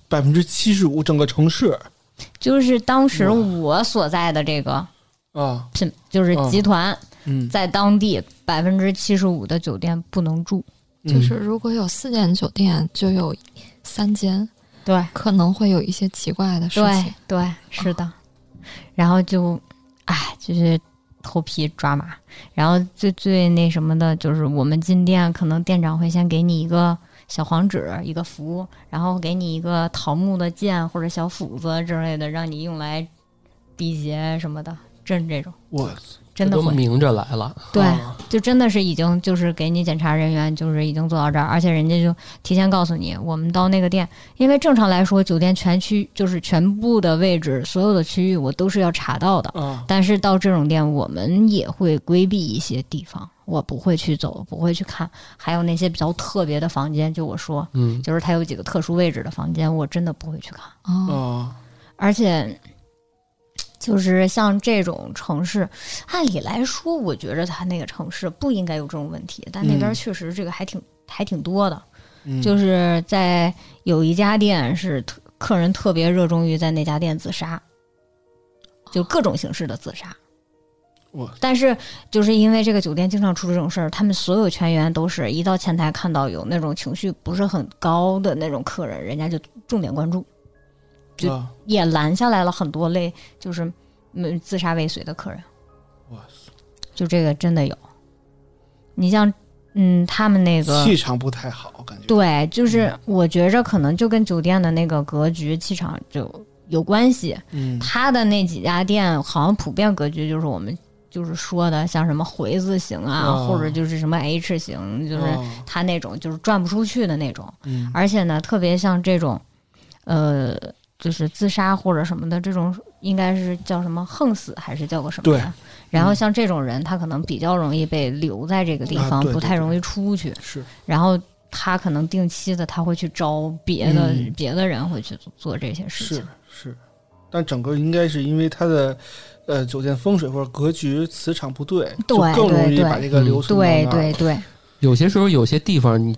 Speaker 2: 百分之七十五整个城市
Speaker 1: 就是当时我所在的这个
Speaker 2: 啊，
Speaker 1: 品，就是集团，
Speaker 2: 嗯，
Speaker 1: 在当地百分之七十五的酒店不能住。
Speaker 2: 嗯
Speaker 3: 就是如果有四间酒店，就有三间
Speaker 1: 对，
Speaker 3: 可能会有一些奇怪的事情
Speaker 1: 对，，对，是的。然后就，哎，就是头皮抓麻。然后最最那什么的，就是我们进店，可能店长会先给你一个小黄纸，一个符，然后给你一个桃木的剑或者小斧子之类的，让你用来辟邪什么的，镇这种。
Speaker 2: 我
Speaker 1: 真的
Speaker 4: 都
Speaker 1: 会，
Speaker 4: 明着来了，
Speaker 1: 对，
Speaker 2: 啊
Speaker 1: 就真的是已经就是给你检查人员就是已经做到这儿，而且人家就提前告诉你，我们到那个店，因为正常来说酒店全区就是全部的位置，所有的区域我都是要查到的。
Speaker 2: 啊，
Speaker 1: 但是到这种店，我们也会规避一些地方，我不会去走，不会去看。还有那些比较特别的房间，就我说，
Speaker 4: 嗯，
Speaker 1: 就是它有几个特殊位置的房间，我真的不会去看。
Speaker 3: 哦，
Speaker 2: 啊，
Speaker 1: 而且，就是像这种城市，按理来说，我觉着他那个城市不应该有这种问题，但那边
Speaker 2: 嗯
Speaker 1: 确实这个还挺、还挺多的。
Speaker 2: 嗯
Speaker 1: 就是在有一家店是特客人特别热衷于在那家店自杀，就各种形式的自杀。
Speaker 2: 哇
Speaker 1: 但是就是因为这个酒店经常出这种事儿，他们所有全员都是一到前台看到有那种情绪不是很高的那种客人，人家就重点关注，就
Speaker 2: 啊
Speaker 1: 也拦下来了很多类就是嗯自杀未遂的客人。
Speaker 2: 哇
Speaker 1: 就这个真的有，你像嗯他们那个
Speaker 2: 气场不太好，感觉。
Speaker 1: 对，就是
Speaker 2: 嗯
Speaker 1: 我觉着可能就跟酒店的那个格局气场就有关系。
Speaker 2: 嗯，
Speaker 1: 他的那几家店好像普遍格局就是我们就是说的像什么回字形啊，
Speaker 2: 哦
Speaker 1: 或者就是什么 H 型，就是
Speaker 2: 哦
Speaker 1: 他那种就是转不出去的那种。
Speaker 2: 嗯
Speaker 1: 而且呢，特别像这种，呃，就是自杀或者什么的这种，应该是叫什么横死还是叫个什么
Speaker 2: 对嗯
Speaker 1: 呀？然后像这种人，他可能比较容易被留在这个地
Speaker 2: 啊
Speaker 1: 方，
Speaker 2: 对
Speaker 1: 不
Speaker 2: 对
Speaker 1: 太
Speaker 2: 对
Speaker 1: 容易出去。
Speaker 2: 是
Speaker 1: 然后他可能定期的他会去招别的、
Speaker 2: 嗯
Speaker 1: 别的人会去做做这些事
Speaker 2: 是
Speaker 1: 情。
Speaker 2: 是，但整个应该是因为它的呃酒店风水或者格局磁场不对，就
Speaker 1: 对
Speaker 2: 更容
Speaker 1: 对
Speaker 2: 易
Speaker 1: 对
Speaker 2: 把这个
Speaker 4: 嗯
Speaker 2: 流程
Speaker 1: 对对对，
Speaker 4: 有些时候有些地方你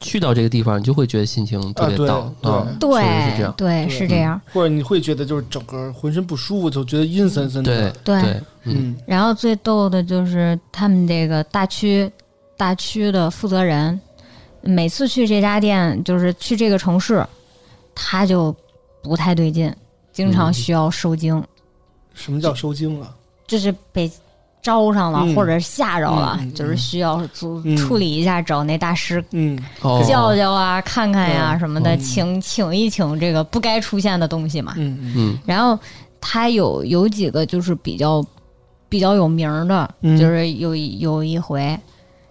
Speaker 4: 去到这个地方，你就会觉得心情特别
Speaker 2: 啊对
Speaker 4: 到
Speaker 2: 对
Speaker 4: 啊，确实是这
Speaker 1: 对
Speaker 4: 样，
Speaker 1: 对，是
Speaker 2: 嗯
Speaker 1: 这样。
Speaker 2: 或者你会觉得就是整个浑身不舒服，就觉得阴森森
Speaker 4: 对
Speaker 2: 的。
Speaker 1: 对
Speaker 4: 对，嗯，
Speaker 2: 嗯，
Speaker 1: 然后最逗的就是他们这个大区大区的负责人，每次去这家店，就是去这个城市，他就不太对劲，经常
Speaker 4: 嗯
Speaker 1: 需要收精，
Speaker 2: 什么叫收精啊？
Speaker 1: 就是被。招上了，
Speaker 2: 嗯
Speaker 1: 或者吓着了，
Speaker 2: 嗯嗯
Speaker 1: 就是需要做
Speaker 2: 嗯
Speaker 1: 处理一下，找那大师
Speaker 2: 嗯，
Speaker 4: 哦，
Speaker 1: 叫叫啊，看看呀、什么的，
Speaker 2: 嗯
Speaker 1: 请请一请这个不该出现的东西嘛。
Speaker 2: 嗯
Speaker 4: 嗯
Speaker 1: 然后他有有几个就是比较比较有名儿的，
Speaker 2: 嗯
Speaker 1: 就是有一有一回，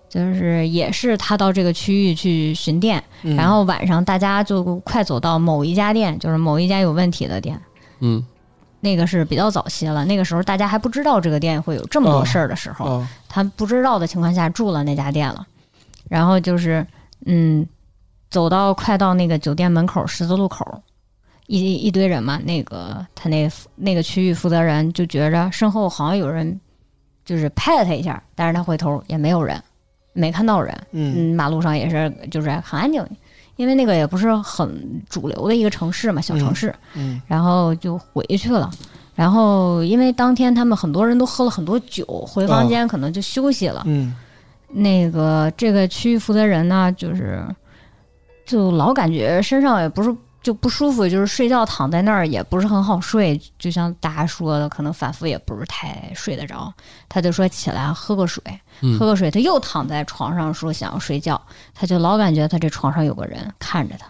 Speaker 1: 就是也是他到这个区域去巡店，
Speaker 2: 嗯，
Speaker 1: 然后晚上大家就快走到某一家店，就是某一家有问题的店。
Speaker 4: 嗯
Speaker 1: 那个是比较早些了，那个时候大家还不知道这个店会有这么多事儿的时候，
Speaker 2: 哦，
Speaker 1: 他不知道的情况下住了那家店了，然后就是嗯，走到快到那个酒店门口十字路口，一一堆人嘛，那个他那那个区域负责人就觉着身后好像有人，就是拍了他一下，但是他回头也没有人，没看到人，
Speaker 2: 嗯
Speaker 1: 嗯，马路上也是就是很安静，因为那个也不是很主流的一个城市嘛，小城市，
Speaker 2: 嗯
Speaker 1: 然后就回去了。然后，因为当天他们很多人都喝了很多酒，回房间可能就休息了。
Speaker 2: 嗯，
Speaker 1: 那个这个区域负责人呢，就是就老感觉身上也不是就不舒服，就是睡觉躺在那儿也不是很好睡，就像大家说的，可能反复也不是太睡得着。他就说起来喝个水，
Speaker 4: 嗯
Speaker 1: 喝个水，他又躺在床上说想要睡觉，他就老感觉他这床上有个人看着他，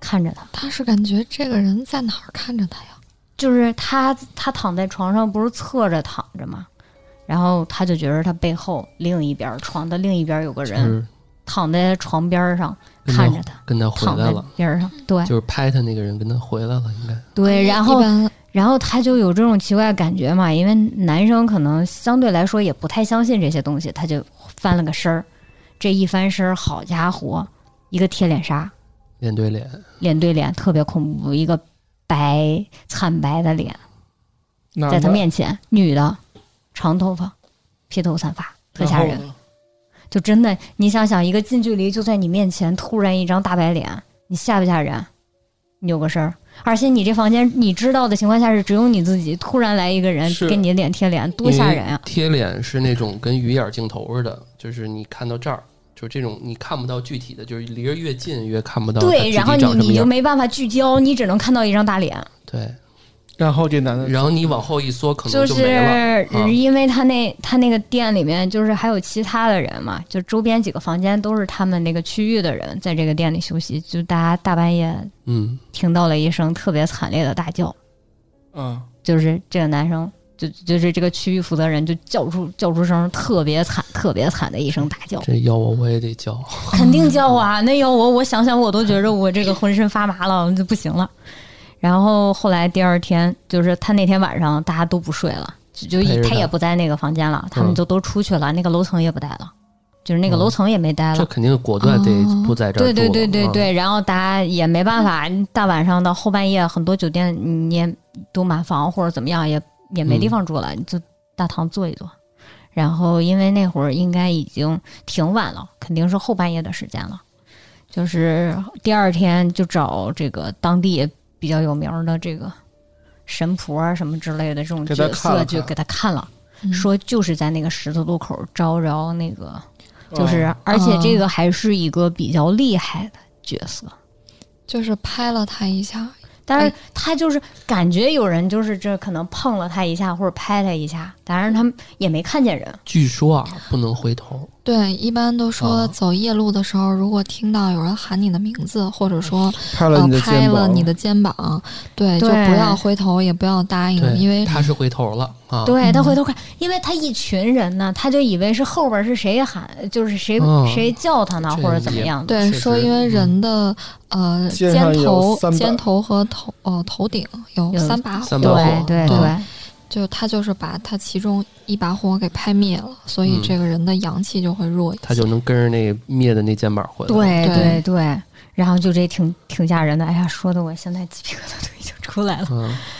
Speaker 1: 看着他。
Speaker 3: 他是感觉这个人在哪儿看着他呀？
Speaker 1: 就是他他躺在床上不是侧着躺着吗？然后他就觉得他背后另一边儿床的另一边儿有个
Speaker 4: 就
Speaker 1: 人
Speaker 4: 是
Speaker 1: 躺在床边儿上
Speaker 4: 跟
Speaker 1: 看着他，
Speaker 4: 跟他回
Speaker 1: 躺
Speaker 4: 来
Speaker 1: 在
Speaker 4: 了，
Speaker 1: 边儿上，对
Speaker 4: 就是拍他那个人跟他回来了，应该
Speaker 1: 对，然
Speaker 3: 嗯一
Speaker 1: 后
Speaker 3: 般
Speaker 1: 然后他就有这种奇怪的感觉嘛，因为男生可能相对来说也不太相信这些东西，他就翻了个身儿，这一翻身儿，好家伙，一个贴脸杀，
Speaker 4: 脸对脸，
Speaker 1: 脸对脸特别恐怖，一个白惨白的脸。
Speaker 4: 啊
Speaker 2: 那
Speaker 1: 在他面前，女的，长头发，披头散发，特吓人。。就真的，你想想，一个近距离就在你面前，突然一张大白脸，你吓不吓人？扭个身儿，而且你这房间你知道的情况下是只有你自己，突然来一个人
Speaker 2: 是
Speaker 1: 跟你脸贴脸，多吓人啊！！
Speaker 4: 贴脸是那种跟鱼眼镜头似的，就是你看到这儿，就这种你看不到具体的，就是离着越近越看不到它具
Speaker 1: 对，
Speaker 4: 体
Speaker 1: 然后你
Speaker 4: 长什么
Speaker 1: 你就
Speaker 4: 样。
Speaker 1: 没办法聚焦，你只能看到一张大脸，
Speaker 4: 对，
Speaker 2: 然后这男的，
Speaker 4: 然后你往后一缩，可能
Speaker 1: 就
Speaker 4: 就没了。
Speaker 1: 是
Speaker 4: 啊
Speaker 1: 因为他那他那个店里面就是还有其他的人嘛，就周边几个房间都是他们那个区域的人在这个店里休息，就大家大半夜
Speaker 4: 嗯，
Speaker 1: 听到了一声特别惨烈的大叫，
Speaker 2: 嗯
Speaker 1: 就是这个男生就就是这个区域负责人就叫出叫出声特别惨特别惨的一声大叫，
Speaker 4: 这要我我也得叫。
Speaker 1: 肯定叫啊！那要我我想想我都觉着我这个浑身发麻了，就不行了。然后后来第二天，就是他那天晚上大家都不睡了，就就
Speaker 4: 陪
Speaker 1: 一
Speaker 4: 着他
Speaker 1: 他也不在那个房间了，他们就都出去了，那个楼层也不待了，就是那个
Speaker 4: 嗯
Speaker 1: 楼层也没待了
Speaker 4: 这。肯定果断得不在这儿
Speaker 1: 对
Speaker 4: 住
Speaker 1: 对
Speaker 4: 了。
Speaker 1: 对对
Speaker 4: 啊，
Speaker 1: 对，然后大家也没办法，大晚上的后半夜，很多酒店你也都满房或者怎么样，也也没地方住了，你就大堂坐一坐。然后因为那会儿应该已经挺晚了，肯定是后半夜的时间了。就是第二天就找这个当地比较有名儿的这个神婆啊什么之类的这种
Speaker 2: 给他
Speaker 1: 角
Speaker 2: 看了
Speaker 1: 色，就
Speaker 2: 看
Speaker 1: 给他看了，
Speaker 3: 嗯
Speaker 1: 说就是在那个十字路口招着那个，
Speaker 2: 嗯啊
Speaker 1: 就是而且这个还是一个比较厉害的角色，
Speaker 3: 就是拍了他一下，
Speaker 1: 但是
Speaker 3: 哎
Speaker 1: 他就是感觉有人就是这可能碰了他一下或者拍他一下，当然他们也没看见人，
Speaker 4: 据说啊，不能回头。
Speaker 3: 对，一般都说
Speaker 4: 啊
Speaker 3: 走夜路的时候，如果听到有人喊你的名字，或者说
Speaker 2: 拍了
Speaker 1: 哦
Speaker 3: 呃
Speaker 2: 你的
Speaker 3: 拍
Speaker 2: 肩
Speaker 3: 了
Speaker 2: 膀，
Speaker 3: 你的肩膀，对，就
Speaker 1: 对
Speaker 3: 不要回头，也不要答应，
Speaker 4: 对，
Speaker 3: 因为
Speaker 4: 他是回头了啊。
Speaker 1: 对他
Speaker 3: 嗯
Speaker 1: 回头看，因为他一群人呢，他就以为是后边是谁喊，就是谁、
Speaker 4: 嗯
Speaker 1: 谁叫他呢，
Speaker 4: 这
Speaker 1: 或者怎么
Speaker 4: 也
Speaker 1: 样的。
Speaker 3: 对
Speaker 4: 确
Speaker 3: 说，
Speaker 4: 实嗯
Speaker 3: 因为人的、呃
Speaker 2: 肩
Speaker 3: 肩
Speaker 2: 上有
Speaker 3: 头
Speaker 2: 三把
Speaker 3: 肩头和头呃头顶有
Speaker 1: 有
Speaker 3: 三把火，
Speaker 4: 三把
Speaker 1: 对
Speaker 4: 火
Speaker 1: 对
Speaker 3: 对
Speaker 1: 对
Speaker 3: 就他就是把他其中一把火给拍灭了，所以
Speaker 4: 嗯
Speaker 3: 这个人的阳气就会弱一些。
Speaker 4: 他就能跟着那灭的那肩膀回来。
Speaker 1: 对
Speaker 3: 对
Speaker 1: 对对，然后就这挺挺吓人的，哎呀，说的我现在鸡皮疙瘩都已经出来了。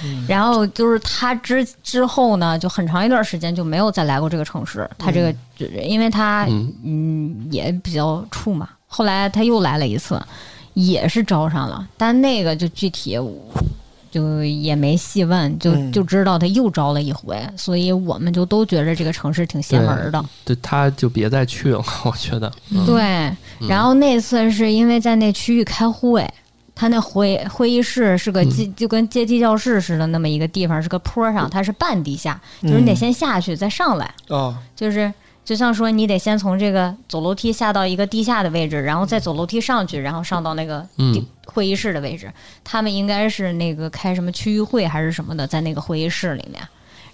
Speaker 4: 嗯，
Speaker 1: 然后就是他之之后呢，就很长一段时间就没有再来过这个城市。他这个，因为他
Speaker 4: 嗯
Speaker 1: 嗯也比较怵嘛。后来他又来了一次，也是招上了，但那个就具体我就也没细问，就、
Speaker 2: 嗯
Speaker 1: 就知道他又招了一回，所以我们就都觉着这个城市挺邪门儿的。
Speaker 4: 对，他就别再去了， *laughs* 我觉得。嗯
Speaker 1: 对，
Speaker 4: 嗯
Speaker 1: 然后那次是因为在那区域开会，他那会会议室是
Speaker 4: 嗯
Speaker 1: 个阶、就跟阶梯教室似的那么一个地方，是个坡上，它是半地下，就是你得
Speaker 2: 嗯
Speaker 1: 先下去再上来，
Speaker 2: 哦，
Speaker 1: 就是就像说你得先从这个走楼梯下到一个地下的位置，然后再走楼梯上去，然后上到那个
Speaker 4: 嗯
Speaker 1: 地会议室的位置。他们应该是那个开什么区域会还是什么的，在那个会议室里面，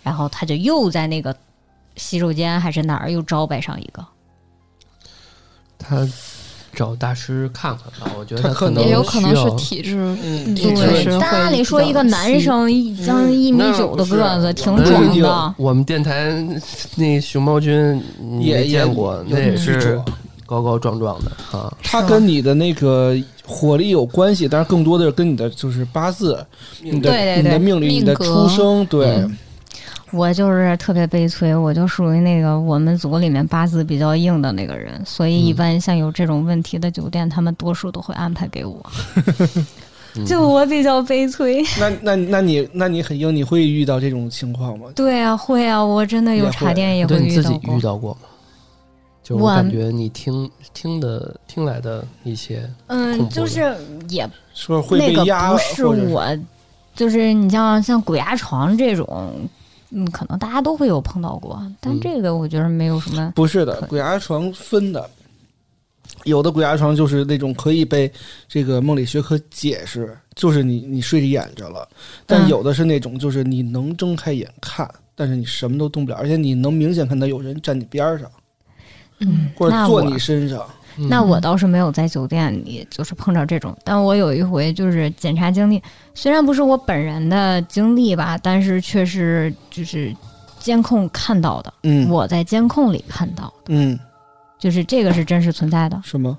Speaker 1: 然后他就又在那个洗手间还是哪儿又招待上一个。
Speaker 4: 他找大师看看吧，我觉得
Speaker 2: 他可
Speaker 4: 可
Speaker 2: 能
Speaker 4: 能
Speaker 3: 也有可能
Speaker 4: 需
Speaker 3: 是
Speaker 4: 要
Speaker 3: 体质
Speaker 2: 嗯
Speaker 3: 也确
Speaker 1: 对
Speaker 3: 实会，
Speaker 1: 但按理说
Speaker 3: 比较
Speaker 1: 一个男
Speaker 3: 稀
Speaker 1: 生一将一米九的个子，
Speaker 2: 嗯
Speaker 1: 挺
Speaker 2: 那不是
Speaker 1: 壮
Speaker 2: 那
Speaker 1: 的。
Speaker 4: 我们电台那熊猫君你
Speaker 2: 也
Speaker 4: 没见过，
Speaker 2: 也
Speaker 4: 那也
Speaker 2: 有
Speaker 4: 是
Speaker 2: 种
Speaker 4: 高高壮壮的啊。
Speaker 2: 它跟你的那个火力有关系，但是更多的是跟你的就是八字、你的
Speaker 1: 对对对嗯
Speaker 2: 你的命里、
Speaker 3: 命
Speaker 2: 你的
Speaker 3: 格
Speaker 2: 出生，对，
Speaker 1: 我就是特别悲催，我就属于那个我们组里面八字比较硬的那个人，所
Speaker 2: 嗯
Speaker 1: 以一般像有这种问题的酒店，他们多数都会安排给我。
Speaker 2: 嗯
Speaker 1: 就
Speaker 4: 嗯
Speaker 1: 我比较悲催，
Speaker 2: 那那那你那你很硬，你会遇到这种情况吗？
Speaker 1: 对啊，会啊，我真的有
Speaker 2: 也会
Speaker 1: 茶店也
Speaker 4: 对
Speaker 1: 会
Speaker 4: 你
Speaker 1: 遇
Speaker 4: 自
Speaker 1: 到
Speaker 4: 己
Speaker 1: 过
Speaker 4: 遇。到过吗？就是我
Speaker 1: 我
Speaker 4: 感觉你听听的听来的一些，恐
Speaker 1: 嗯，
Speaker 4: 怖
Speaker 1: 就
Speaker 4: 的
Speaker 1: 是也
Speaker 2: 说会被
Speaker 1: 那
Speaker 2: 压，
Speaker 1: 个不
Speaker 2: 或者
Speaker 1: 我，就是你像像鬼压床这种，嗯，可能大家都会有碰到过，但
Speaker 4: 嗯
Speaker 1: 这个我觉得没有什么。
Speaker 2: 不是的，鬼压床分的，有的鬼压床就是那种可以被这个梦理学科解释，就是你你睡着眼着了，但
Speaker 1: 嗯
Speaker 2: 有的是那种就是你能睁开眼看，但是你什么都动不了，而且你能明显看到有人站你边儿上
Speaker 3: 嗯，
Speaker 2: 或者
Speaker 1: 那
Speaker 2: 坐
Speaker 1: 我
Speaker 2: 你身上，
Speaker 4: 嗯
Speaker 1: 那我倒是没有在酒店里就是碰到这种，但我有一回就是检查经历，虽然不是我本人的经历吧，但是却是就是监控看到的，
Speaker 2: 嗯
Speaker 1: 我在监控里看到，
Speaker 2: 嗯，
Speaker 1: 就是这个是真实存在的。
Speaker 2: 是吗？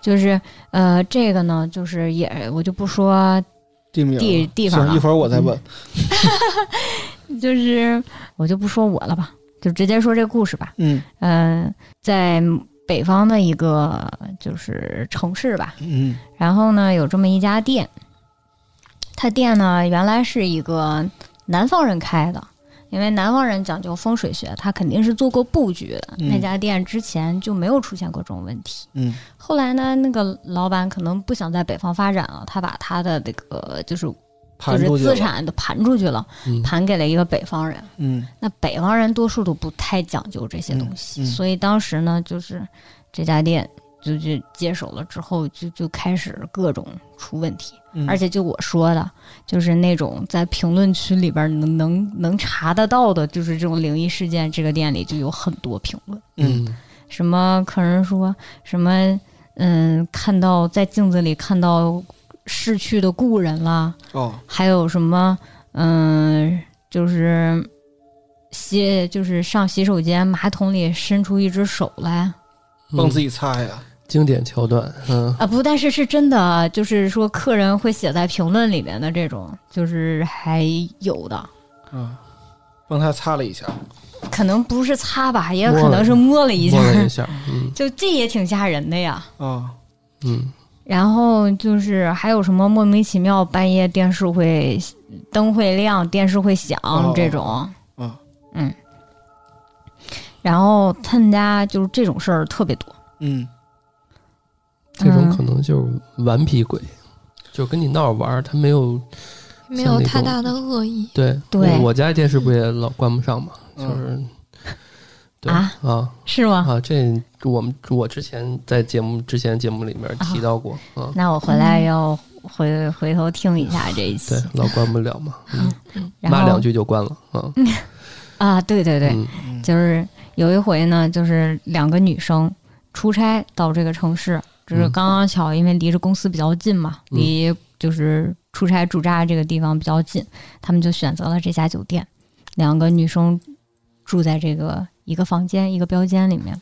Speaker 1: 就是呃，这个呢，就是也我就不说
Speaker 2: 地名儿啊
Speaker 1: 地地方啊
Speaker 2: 行，
Speaker 1: 了
Speaker 2: 一会儿我再问。
Speaker 1: 就是我就不说我了吧，就直接说这故事吧。
Speaker 2: 嗯
Speaker 1: 嗯、在北方的一个就是城市吧，
Speaker 2: 嗯
Speaker 1: 然后呢有这么一家店，他店呢原来是一个南方人开的。因为南方人讲究风水学，他肯定是做过布局的。
Speaker 2: 嗯
Speaker 1: 那家店之前就没有出现过这种问题。
Speaker 2: 嗯
Speaker 1: 后来呢，那个老板可能不想在北方发展了，他把他的这个就是就
Speaker 2: 盘
Speaker 1: 是
Speaker 2: 出去
Speaker 1: 资
Speaker 2: 了，
Speaker 1: 产都盘出去了，
Speaker 4: 嗯
Speaker 1: 盘给了一个北方人。
Speaker 2: 嗯
Speaker 1: 那北方人多数都不太讲究这些东西，
Speaker 2: 嗯嗯
Speaker 1: 所以当时呢，就是这家店就就接手了之后，就就开始各种出问题，
Speaker 2: 嗯，
Speaker 1: 而且就我说的，就是那种在评论区里边能能能查得到的，就是这种灵异事件，这个店里就有很多评论，
Speaker 2: 嗯
Speaker 4: 嗯
Speaker 1: 什么客人说什么，嗯，看到在镜子里看到逝去的故人啦，
Speaker 2: 哦
Speaker 1: 还有什么，嗯、就是洗，就是上洗手间马桶里伸出一只手来
Speaker 2: 帮自己擦呀，
Speaker 4: 经典桥段，嗯
Speaker 1: 啊，不，但是是真的啊，就是说客人会写在评论里面的这种，就是还有的，
Speaker 2: 啊，帮他擦了一下，
Speaker 1: 可能不是擦吧，也
Speaker 4: 摸
Speaker 1: 可
Speaker 4: 了
Speaker 1: 能是摸了一下
Speaker 4: 摸，了一下，嗯
Speaker 1: 就这也挺吓人的呀。
Speaker 2: 啊，
Speaker 4: 嗯，
Speaker 1: 然后就是还有什么莫名其妙半夜电视会灯会亮，电视会响、
Speaker 2: 哦
Speaker 1: 这种，
Speaker 2: 嗯
Speaker 1: 嗯。然后他们家就是这种事儿特别多，
Speaker 2: 嗯，
Speaker 4: 这
Speaker 1: 嗯
Speaker 4: 种可能就是顽皮鬼，就跟你闹着玩儿，他没有
Speaker 3: 没
Speaker 4: 像
Speaker 3: 有
Speaker 4: 那
Speaker 3: 太
Speaker 4: 种
Speaker 3: 大的恶意。
Speaker 4: 对。
Speaker 1: 对
Speaker 4: 我我家电视不也老关不上嘛，就
Speaker 2: 嗯
Speaker 1: *laughs*
Speaker 4: 是对
Speaker 1: 啊
Speaker 4: 啊
Speaker 1: 是吗？
Speaker 4: 啊，这我们我之前在节目之前节目里面提到过啊，
Speaker 1: 那我回来要回、回头听一下这一期
Speaker 4: 对，，老关不了嘛，嗯
Speaker 1: 然
Speaker 4: 骂
Speaker 1: 后
Speaker 4: 两句就关了啊。
Speaker 1: 啊，对对对，
Speaker 4: 嗯
Speaker 2: 嗯
Speaker 1: 就是有一回呢，就是两个女生出差到这个城市，就是
Speaker 4: 嗯
Speaker 1: 刚刚巧，因为离着公司比较近嘛，
Speaker 4: 嗯
Speaker 1: 离就是出差驻扎这个地方比较近，他们就选择了这家酒店。两个女生住在这个一个房间一个标间里面，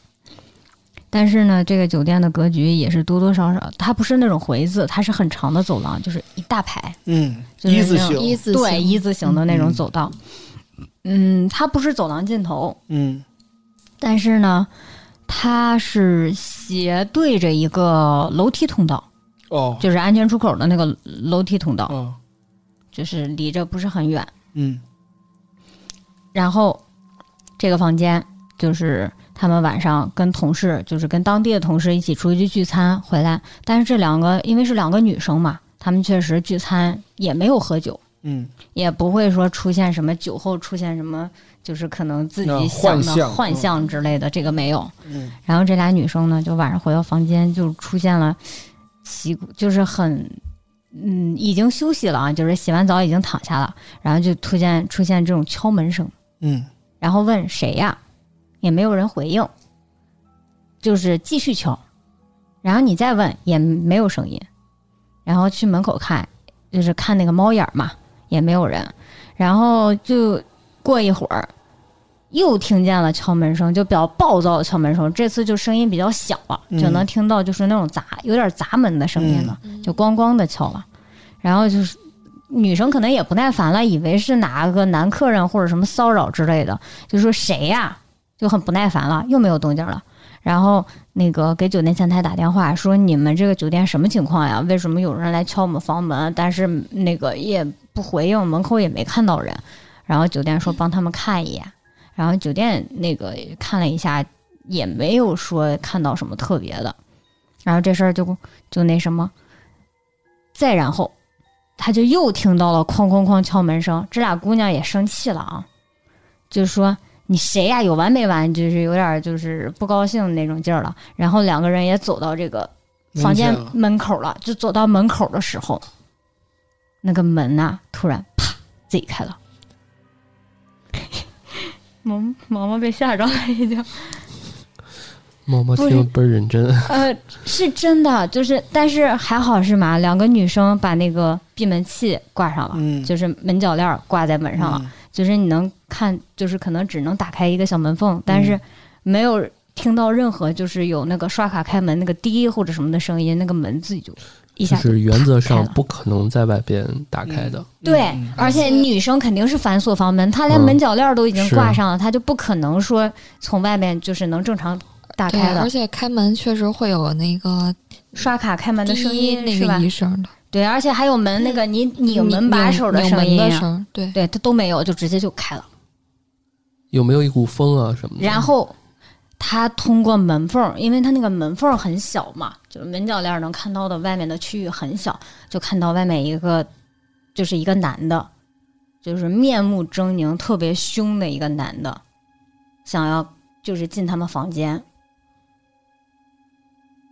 Speaker 1: 但是呢，这个酒店的格局也是多多少少，它不是那种回字，它是很长的走廊，就是一大排，
Speaker 2: 嗯，
Speaker 1: 就是
Speaker 2: 一字
Speaker 1: 那种
Speaker 2: 形，
Speaker 3: 一字
Speaker 1: 对
Speaker 3: 形
Speaker 1: 一字形的那种
Speaker 2: 嗯
Speaker 1: 走道。嗯，它不是走廊尽头，
Speaker 2: 嗯
Speaker 1: 但是呢，它是斜对着一个楼梯通道，
Speaker 2: 哦，
Speaker 1: 就是安全出口的那个楼梯通道，
Speaker 2: 哦，
Speaker 1: 就是离着不是很远。
Speaker 2: 嗯
Speaker 1: 然后这个房间就是他们晚上跟同事，就是跟当地的同事一起出去聚餐回来，但是这两个因为是两个女生嘛，她们确实聚餐也没有喝酒。
Speaker 2: 嗯
Speaker 1: 也不会说出现什么酒后出现什么，就是可能自
Speaker 2: 啊
Speaker 1: 己想
Speaker 2: 幻
Speaker 1: 的
Speaker 2: 象
Speaker 1: 幻
Speaker 2: 嗯
Speaker 1: 象之类的，这个没有。
Speaker 2: 嗯
Speaker 1: 然后这俩女生呢，就晚上回到房间，就出现了奇，就是很，嗯，已经休息了啊，就是洗完澡已经躺下了，然后就突然出现这种敲门声，
Speaker 2: 嗯
Speaker 1: 然后问谁呀，也没有人回应，就是继续敲，然后你再问也没有声音，然后去门口看，就是看那个猫眼儿嘛，也没有人，然后就过一会儿。又听见了敲门声，就比较暴躁的敲门声。这次就声音比较小了，
Speaker 2: 嗯
Speaker 1: 就能听到就是那种砸，有点砸门的声音了。
Speaker 3: 嗯
Speaker 1: 就咣咣的敲了，然后就是女生可能也不耐烦了，以为是哪个男客人或者什么骚扰之类的，就说谁呀、就很不耐烦了，又没有动静了。然后那个给酒店前台打电话说：“你们这个酒店什么情况呀？为什么有人来敲我们房门，但是那个也不回应，门口也没看到人？”然后酒店说帮他们看一眼，然后酒店那个看了一下，也没有说看到什么特别的。然后这事儿就就那什么，再然后，他就又听到了哐哐哐敲门声，这俩姑娘也生气了啊，就说你谁呀，有完没完？就是有点就是不高兴那种劲儿了。然后两个人也走到这个房间
Speaker 2: 明显了
Speaker 1: 门口了，就走到门口的时候，那个门呐、突然啪自己开了。 *laughs* 毛毛毛被吓着了，已经。
Speaker 4: 猫
Speaker 1: 不
Speaker 4: 猫听
Speaker 1: 是
Speaker 4: 着倍儿认真，
Speaker 1: 呃，是真的，就是，但是还好是嘛，两个女生把那个闭门器挂上了，
Speaker 2: 嗯
Speaker 1: 就是门脚链儿挂在门上了，
Speaker 2: 嗯
Speaker 1: 就是你能看，就是可能只能打开一个小门缝，但
Speaker 3: 嗯
Speaker 1: 是没有听到任何就是有那个刷卡开门那个滴或者什么的声音，那个门自己就一
Speaker 4: 就
Speaker 1: 下
Speaker 4: 是原则上
Speaker 1: 开了
Speaker 4: 不可能在外边打开的。
Speaker 1: 对，
Speaker 2: 嗯
Speaker 1: 而且女生肯定是反锁房门，她连
Speaker 4: 嗯
Speaker 1: 门脚链儿都已经
Speaker 4: 是
Speaker 1: 挂上了，她就不可能说从外面就是能正常打
Speaker 3: 对
Speaker 1: 开，了
Speaker 3: 而。且开门确实会有那个
Speaker 1: 刷卡开门的
Speaker 3: 滴
Speaker 1: 声音
Speaker 3: 那
Speaker 1: 是吧
Speaker 3: 个？嗯一声的，
Speaker 1: 对，而且还有门那个你拧门把手
Speaker 3: 的
Speaker 1: 声音
Speaker 3: 的
Speaker 1: 啊，
Speaker 3: 声儿，对，
Speaker 1: 对，它都没有，就直接就开了。
Speaker 4: 有没有一股风啊什么的？
Speaker 1: 然后他通过门缝儿，因为他那个门缝儿很小嘛，就是门铰链儿能看到的外面的区域很小，就看到外面一个就是一个男的，就是面目狰狞、特别凶的一个男的，想要就是进他们房间，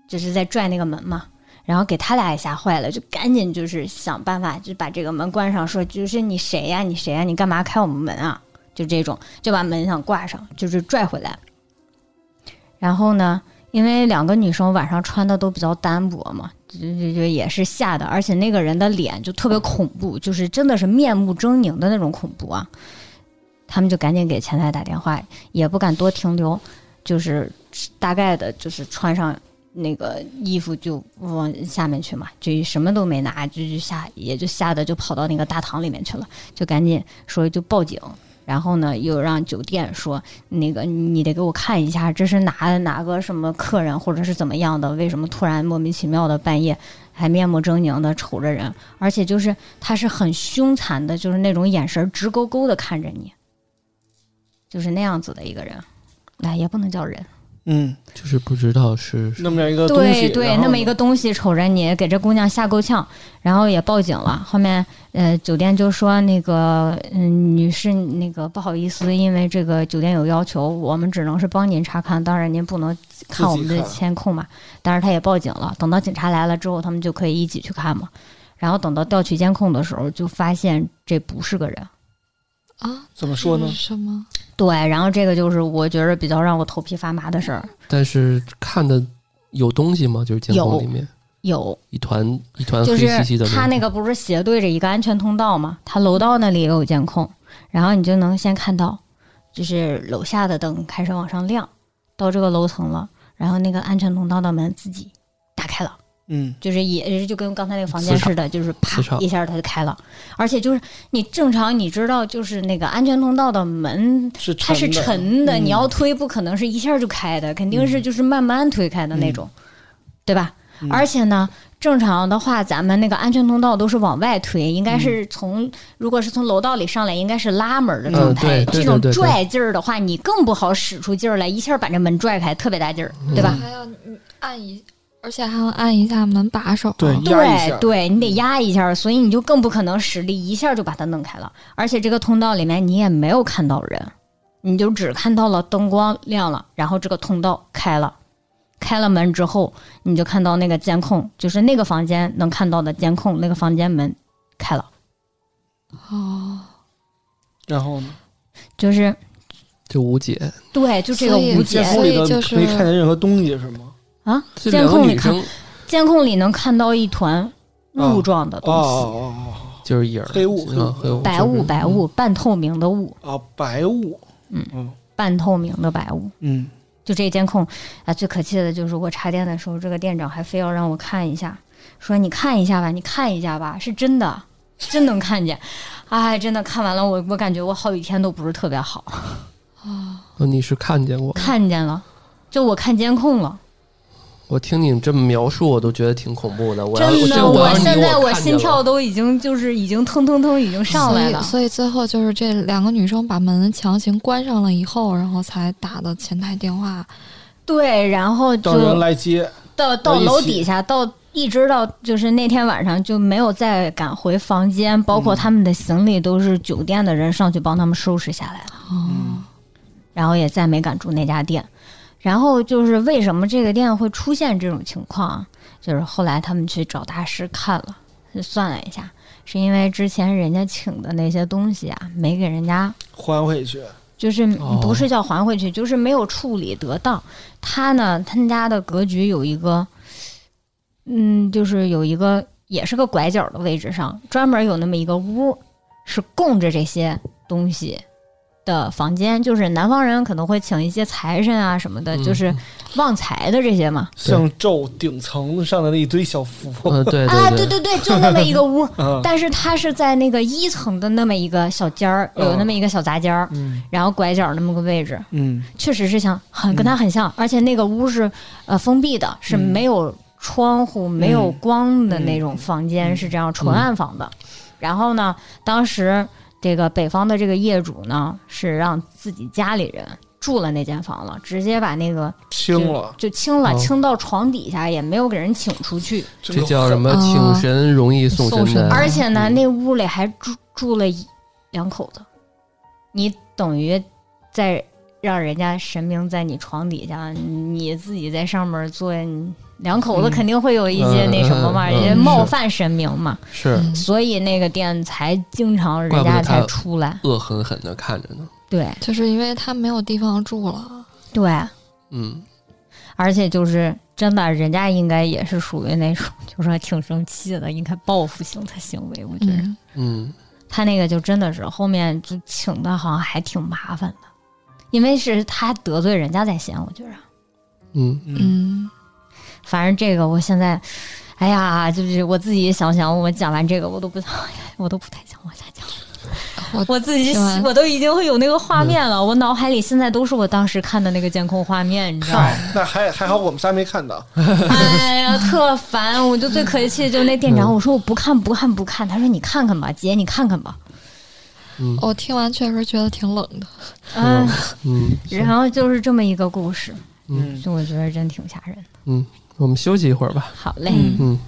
Speaker 1: 就是在拽那个门嘛。然后给他俩也吓坏了，就赶紧就是想办法就把这个门关上，说就是你谁呀、你谁呀、你干嘛开我们门啊？就这种，就把门想挂上，就是拽回来。然后呢，因为两个女生晚上穿的都比较单薄嘛，就就就也是吓的，而且那个人的脸就特别恐怖，就是真的是面目狰狞的那种恐怖啊。他们就赶紧给前台打电话，也不敢多停留，就是大概的，就是穿上那个衣服就往下面去嘛，就什么都没拿，就就吓，也就吓得就跑到那个大堂里面去了，就赶紧说就报警，然后呢，又让酒店说那个你得给我看一下，这是哪哪个什么客人或者是怎么样的？为什么突然莫名其妙的半夜还面目狰狞的瞅着人？而且就是他是很凶残的，就是那种眼神直勾勾的看着你，就是那样子的一个人。哎，也不能叫人，
Speaker 2: 嗯，
Speaker 4: 就是不知道是
Speaker 2: 那么样一个东西，
Speaker 1: 对对，
Speaker 2: 然后
Speaker 1: 那么一个东西瞅着你，给这姑娘吓够呛，然后也报警了。后面呃，酒店就说那个嗯，女士那个不好意思，因为这个酒店有要求，我们只能是帮您查看，当然您不能看我们的
Speaker 2: 自己看
Speaker 1: 监控嘛。但是他也报警了，等到警察来了之后，他们就可以一起去看嘛。然后等到调取监控的时候，就发现这不是个人。
Speaker 3: 啊，
Speaker 2: 怎么说呢
Speaker 3: 这是？什么？
Speaker 1: 对，然后这个就是我觉得比较让我头皮发麻的事儿。
Speaker 4: 但是看的有东西吗？就是监控里面
Speaker 1: 有
Speaker 4: 一团一团
Speaker 1: 就
Speaker 4: 黑
Speaker 1: 是
Speaker 4: 漆漆的东西。
Speaker 1: 它那个不是斜对着一个安全通道吗？它楼道那里也有监控，然后你就能先看到，就是楼下的灯开始往上亮，到这个楼层了，然后那个安全通道的门自己打开了，
Speaker 2: 嗯，
Speaker 1: 就是也是就跟刚才那个房间
Speaker 4: 磁场
Speaker 1: 似的，就是啪
Speaker 4: 磁场
Speaker 1: 一下它就开了，而且就是你正常你知道就是那个安全通道的门
Speaker 2: 是嗯
Speaker 1: 它是沉
Speaker 4: 嗯
Speaker 1: 的，你要推不可能是一下就开的，肯定是就是慢慢推开的那
Speaker 4: 嗯
Speaker 1: 种，对吧？
Speaker 2: 嗯
Speaker 1: 而且呢，正常的话，咱们那个安全通道都是往外推，应该是从、如果是从楼道里上来，应该是拉门的状态。
Speaker 4: 嗯嗯对对
Speaker 1: 这种
Speaker 4: 对对对
Speaker 1: 拽劲儿的话，你更不好使出劲儿来，一下把这门拽开，特别大劲儿，对
Speaker 2: 嗯
Speaker 1: 吧？
Speaker 3: 还要你按一，而且还要按一下门把手。啊
Speaker 2: 对压一下
Speaker 1: 对，对你得压一下，所以你就更不可能使力一下就把它弄开了。而且这个通道里面你也没有看到人，你就只看到了灯光亮了，然后这个通道开了，开了门之后，你就看到那个监控，就是那个房间能看到的监控，那个房间门开了，
Speaker 3: 哦，
Speaker 2: 然后呢？
Speaker 1: 就是
Speaker 4: 就无解，
Speaker 1: 对，就这个
Speaker 3: 所以
Speaker 1: 无解
Speaker 2: 监。控里
Speaker 3: 所以
Speaker 2: 的
Speaker 3: 就是
Speaker 2: 没看见任何东西是吗？
Speaker 1: 啊，
Speaker 4: 这
Speaker 1: 监
Speaker 4: 两个
Speaker 1: 控里
Speaker 4: 女
Speaker 1: 看，
Speaker 4: 生
Speaker 1: 监控里能看到一团雾状的
Speaker 2: 哦
Speaker 1: 东西，
Speaker 2: 哦哦
Speaker 4: 就是影儿，
Speaker 2: 黑雾
Speaker 4: 嗯黑雾，
Speaker 1: 白
Speaker 4: 就
Speaker 1: 雾，
Speaker 4: 是
Speaker 1: 白雾，半透明的雾，
Speaker 2: 哦，哦，白雾，
Speaker 1: 半透明的白雾。
Speaker 2: 嗯，
Speaker 1: 就这监控啊，最可气的就是我插电的时候，这个店长还非要让我看一下，说你看一下吧，你看一下吧，是真的，真能看见。哎，真的看完了，我我感觉我好几天都不是特别好，
Speaker 4: 哦你是看见过？
Speaker 1: 看见了，就我看监控了，
Speaker 4: 我听你这么描述，我都觉得挺恐怖的。我要
Speaker 1: 真
Speaker 4: 这
Speaker 1: 的，
Speaker 4: 我
Speaker 1: 我
Speaker 4: 要是你
Speaker 1: 现在
Speaker 4: 我
Speaker 1: 我
Speaker 4: 看见
Speaker 1: 心跳
Speaker 4: 了
Speaker 1: 都已经就是已经腾腾腾已经上来了
Speaker 3: 所以，。所以最后就是这两个女生把门强行关上了以后，然后才打的前台电话。啊
Speaker 1: 对，然后
Speaker 2: 找人
Speaker 1: 就
Speaker 2: 来接，
Speaker 1: 到到
Speaker 2: 到一
Speaker 1: 楼
Speaker 2: 起
Speaker 1: 底下，到一直到就是那天晚上就没有再敢回房间，包括他们的行李都是酒店的人上去帮他们收拾下来了。
Speaker 3: 哦，
Speaker 2: 嗯
Speaker 1: 然后也再没敢住那家店。然后就是为什么这个店会出现这种情况啊，就是后来他们去找大师看了，就算了一下，是因为之前人家请的那些东西啊，没给人家
Speaker 2: 还回去，
Speaker 1: 就是
Speaker 4: 哦
Speaker 1: 不是叫还回去，就是没有处理得当。他呢，他们家的格局有一个，嗯，就是有一个也是个拐角的位置上，专门有那么一个屋，是供着这些东西的房间。就是南方人可能会请一些财神啊什么的，
Speaker 4: 嗯
Speaker 1: 就是旺财的这些嘛。
Speaker 2: 像咒顶层上的那一堆小符，
Speaker 4: *laughs* 嗯，对
Speaker 1: 啊，对
Speaker 4: 对
Speaker 1: 对对，就那么一个屋，
Speaker 2: 啊，
Speaker 1: 但是它是在那个一层的那么一个小间儿，
Speaker 4: 嗯
Speaker 1: 有那么一个小杂间儿，
Speaker 2: 嗯
Speaker 1: 然后拐角那么个位置。
Speaker 2: 嗯
Speaker 1: 确实是像很跟它很像，而且那个屋是呃封闭的，是没有窗户、没有光的那种房间，是这样纯暗房的。然后呢，当时这个北方的这个业主呢，是让自己家里人住了那间房了，直接把那个
Speaker 2: 清了，
Speaker 1: 就清了，
Speaker 4: 哦
Speaker 1: 清到床底下，也没有给人请出去。
Speaker 4: 这叫什么？
Speaker 3: 啊
Speaker 4: 请神容易送
Speaker 3: 送神
Speaker 4: 难。
Speaker 1: 而且呢，
Speaker 4: 嗯
Speaker 1: 那屋里还住住了一两口子，你等于在让人家神明在你床底下，你自己在上面坐，你两口子
Speaker 2: 嗯
Speaker 1: 肯定会有一些那什么嘛，
Speaker 4: 嗯嗯
Speaker 1: 人家
Speaker 3: 嗯
Speaker 1: 冒
Speaker 4: 是
Speaker 1: 犯神明嘛，
Speaker 4: 是
Speaker 3: 嗯
Speaker 1: 所以那个店才经常人
Speaker 4: 怪
Speaker 1: 家
Speaker 4: 不得他
Speaker 1: 才出来。
Speaker 4: 恶狠狠的看着呢。
Speaker 1: 对
Speaker 3: 就是因为她没有地方住了。
Speaker 1: 对，
Speaker 4: 嗯，
Speaker 1: 而且就是真的，人家应该也是属于那种，就说挺生气的，应该报复性的行为，我觉得。
Speaker 3: 嗯，
Speaker 4: 嗯，
Speaker 1: 他那个就真的是后面就请的，好像还挺麻烦的，因为是他得罪人家在先，我觉着。
Speaker 4: 嗯，
Speaker 2: 嗯，
Speaker 3: 嗯，
Speaker 1: 反正这个我现在，哎呀，就是我自己想想，我讲完这个我都不想，我都不太想往下讲。
Speaker 3: 哦，我
Speaker 1: 我自己
Speaker 3: 听完
Speaker 1: 我都已经会有那个画面了，我脑海里现在都是我当时看的那个监控画面，你知道吗？ *laughs*
Speaker 2: 嗨，那还还好，我们仨没看到。
Speaker 1: 哎呀，特烦！我就最可气的就是那店长，我说我不看不看不看，他说你看看吧，姐你看看吧，哦
Speaker 3: 我听完确实觉得挺冷的。
Speaker 1: 嗯，
Speaker 4: 嗯
Speaker 1: 然后就是这么一个故事，
Speaker 2: 嗯，
Speaker 1: 就我觉得真挺吓人的。
Speaker 4: 嗯，我们休息一会儿吧。
Speaker 1: 好嘞，
Speaker 3: 嗯
Speaker 4: 嗯，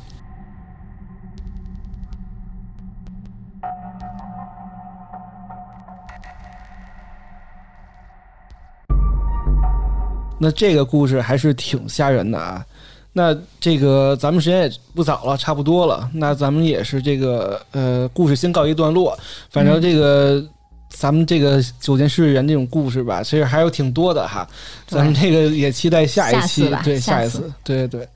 Speaker 2: 那这个故事还是挺吓人的啊。那这个咱们时间也不早了，差不多了。那咱们也是这个呃，故事先告一段落。反正这个、咱们这个酒店失事员这种故事吧，其实还有挺多的哈。
Speaker 1: 对
Speaker 2: 咱们这个也期待下一
Speaker 1: 下次
Speaker 2: 期
Speaker 1: 吧，
Speaker 2: 对，
Speaker 1: 下
Speaker 2: 下一
Speaker 1: 次
Speaker 2: 次，对对对。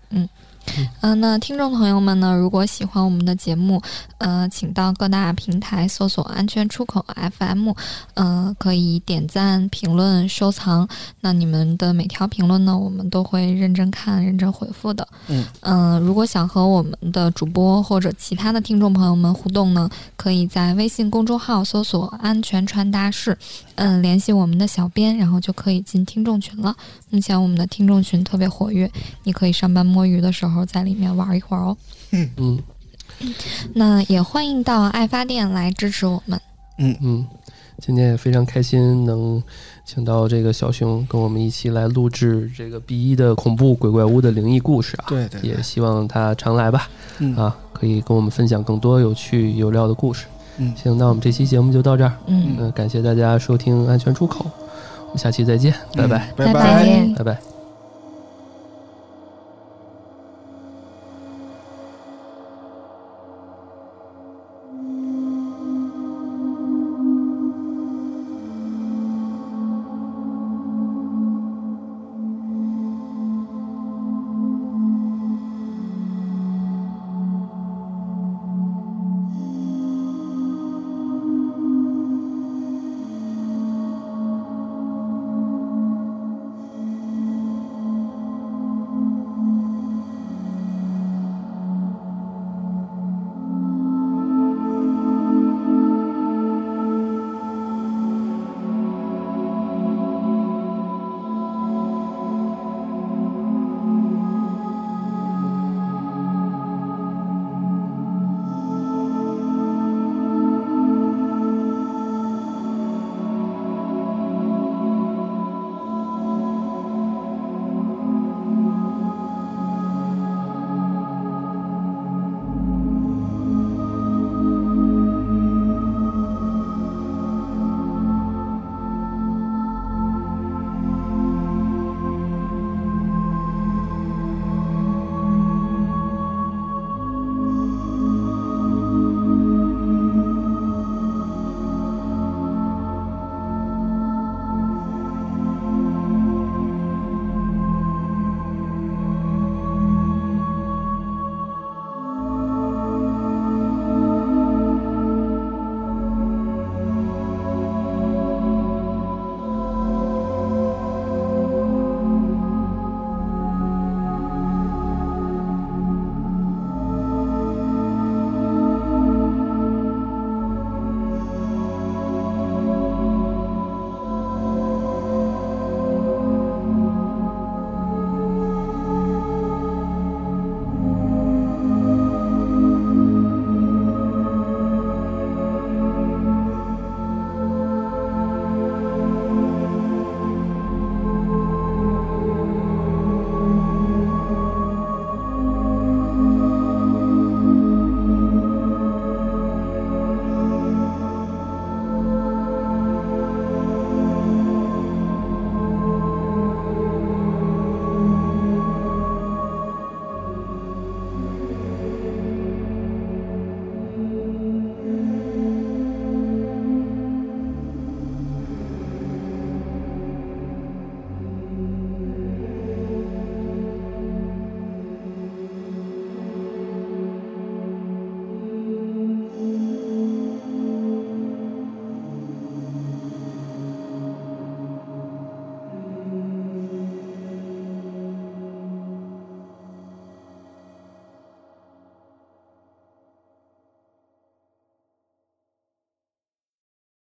Speaker 3: 嗯、那听众朋友们呢，如果喜欢我们的节目，呃，请到各大平台搜索“安全出口 FM”，呃，可以点赞、评论、收藏。那你们的每条评论呢，我们都会认真看、认真回复的。
Speaker 2: 嗯
Speaker 3: 呃如果想和我们的主播或者其他的听众朋友们互动呢，可以在微信公众号搜索“安全传达室”，嗯、联系我们的小编，然后就可以进听众群了。目前我们的听众群特别活跃，你可以上班摸鱼的时候在里面玩一会儿哦。
Speaker 4: 嗯
Speaker 3: 那也欢迎到爱发电来支持我们。
Speaker 4: 嗯，今天也非常开心能请到这个小熊跟我们一起来录制这个 B 一的恐怖鬼怪屋的灵异故事啊。
Speaker 2: 对对对
Speaker 4: 也希望他常来吧，
Speaker 2: 嗯
Speaker 4: 啊，可以跟我们分享更多有趣有料的故事。
Speaker 2: 嗯
Speaker 4: 行，那我们这期节目就到这儿，
Speaker 3: 嗯，
Speaker 4: 嗯、感谢大家收听《安全出口》，我们下期再见，拜拜，
Speaker 2: 拜
Speaker 3: 拜
Speaker 1: 拜
Speaker 3: 拜
Speaker 4: 拜拜。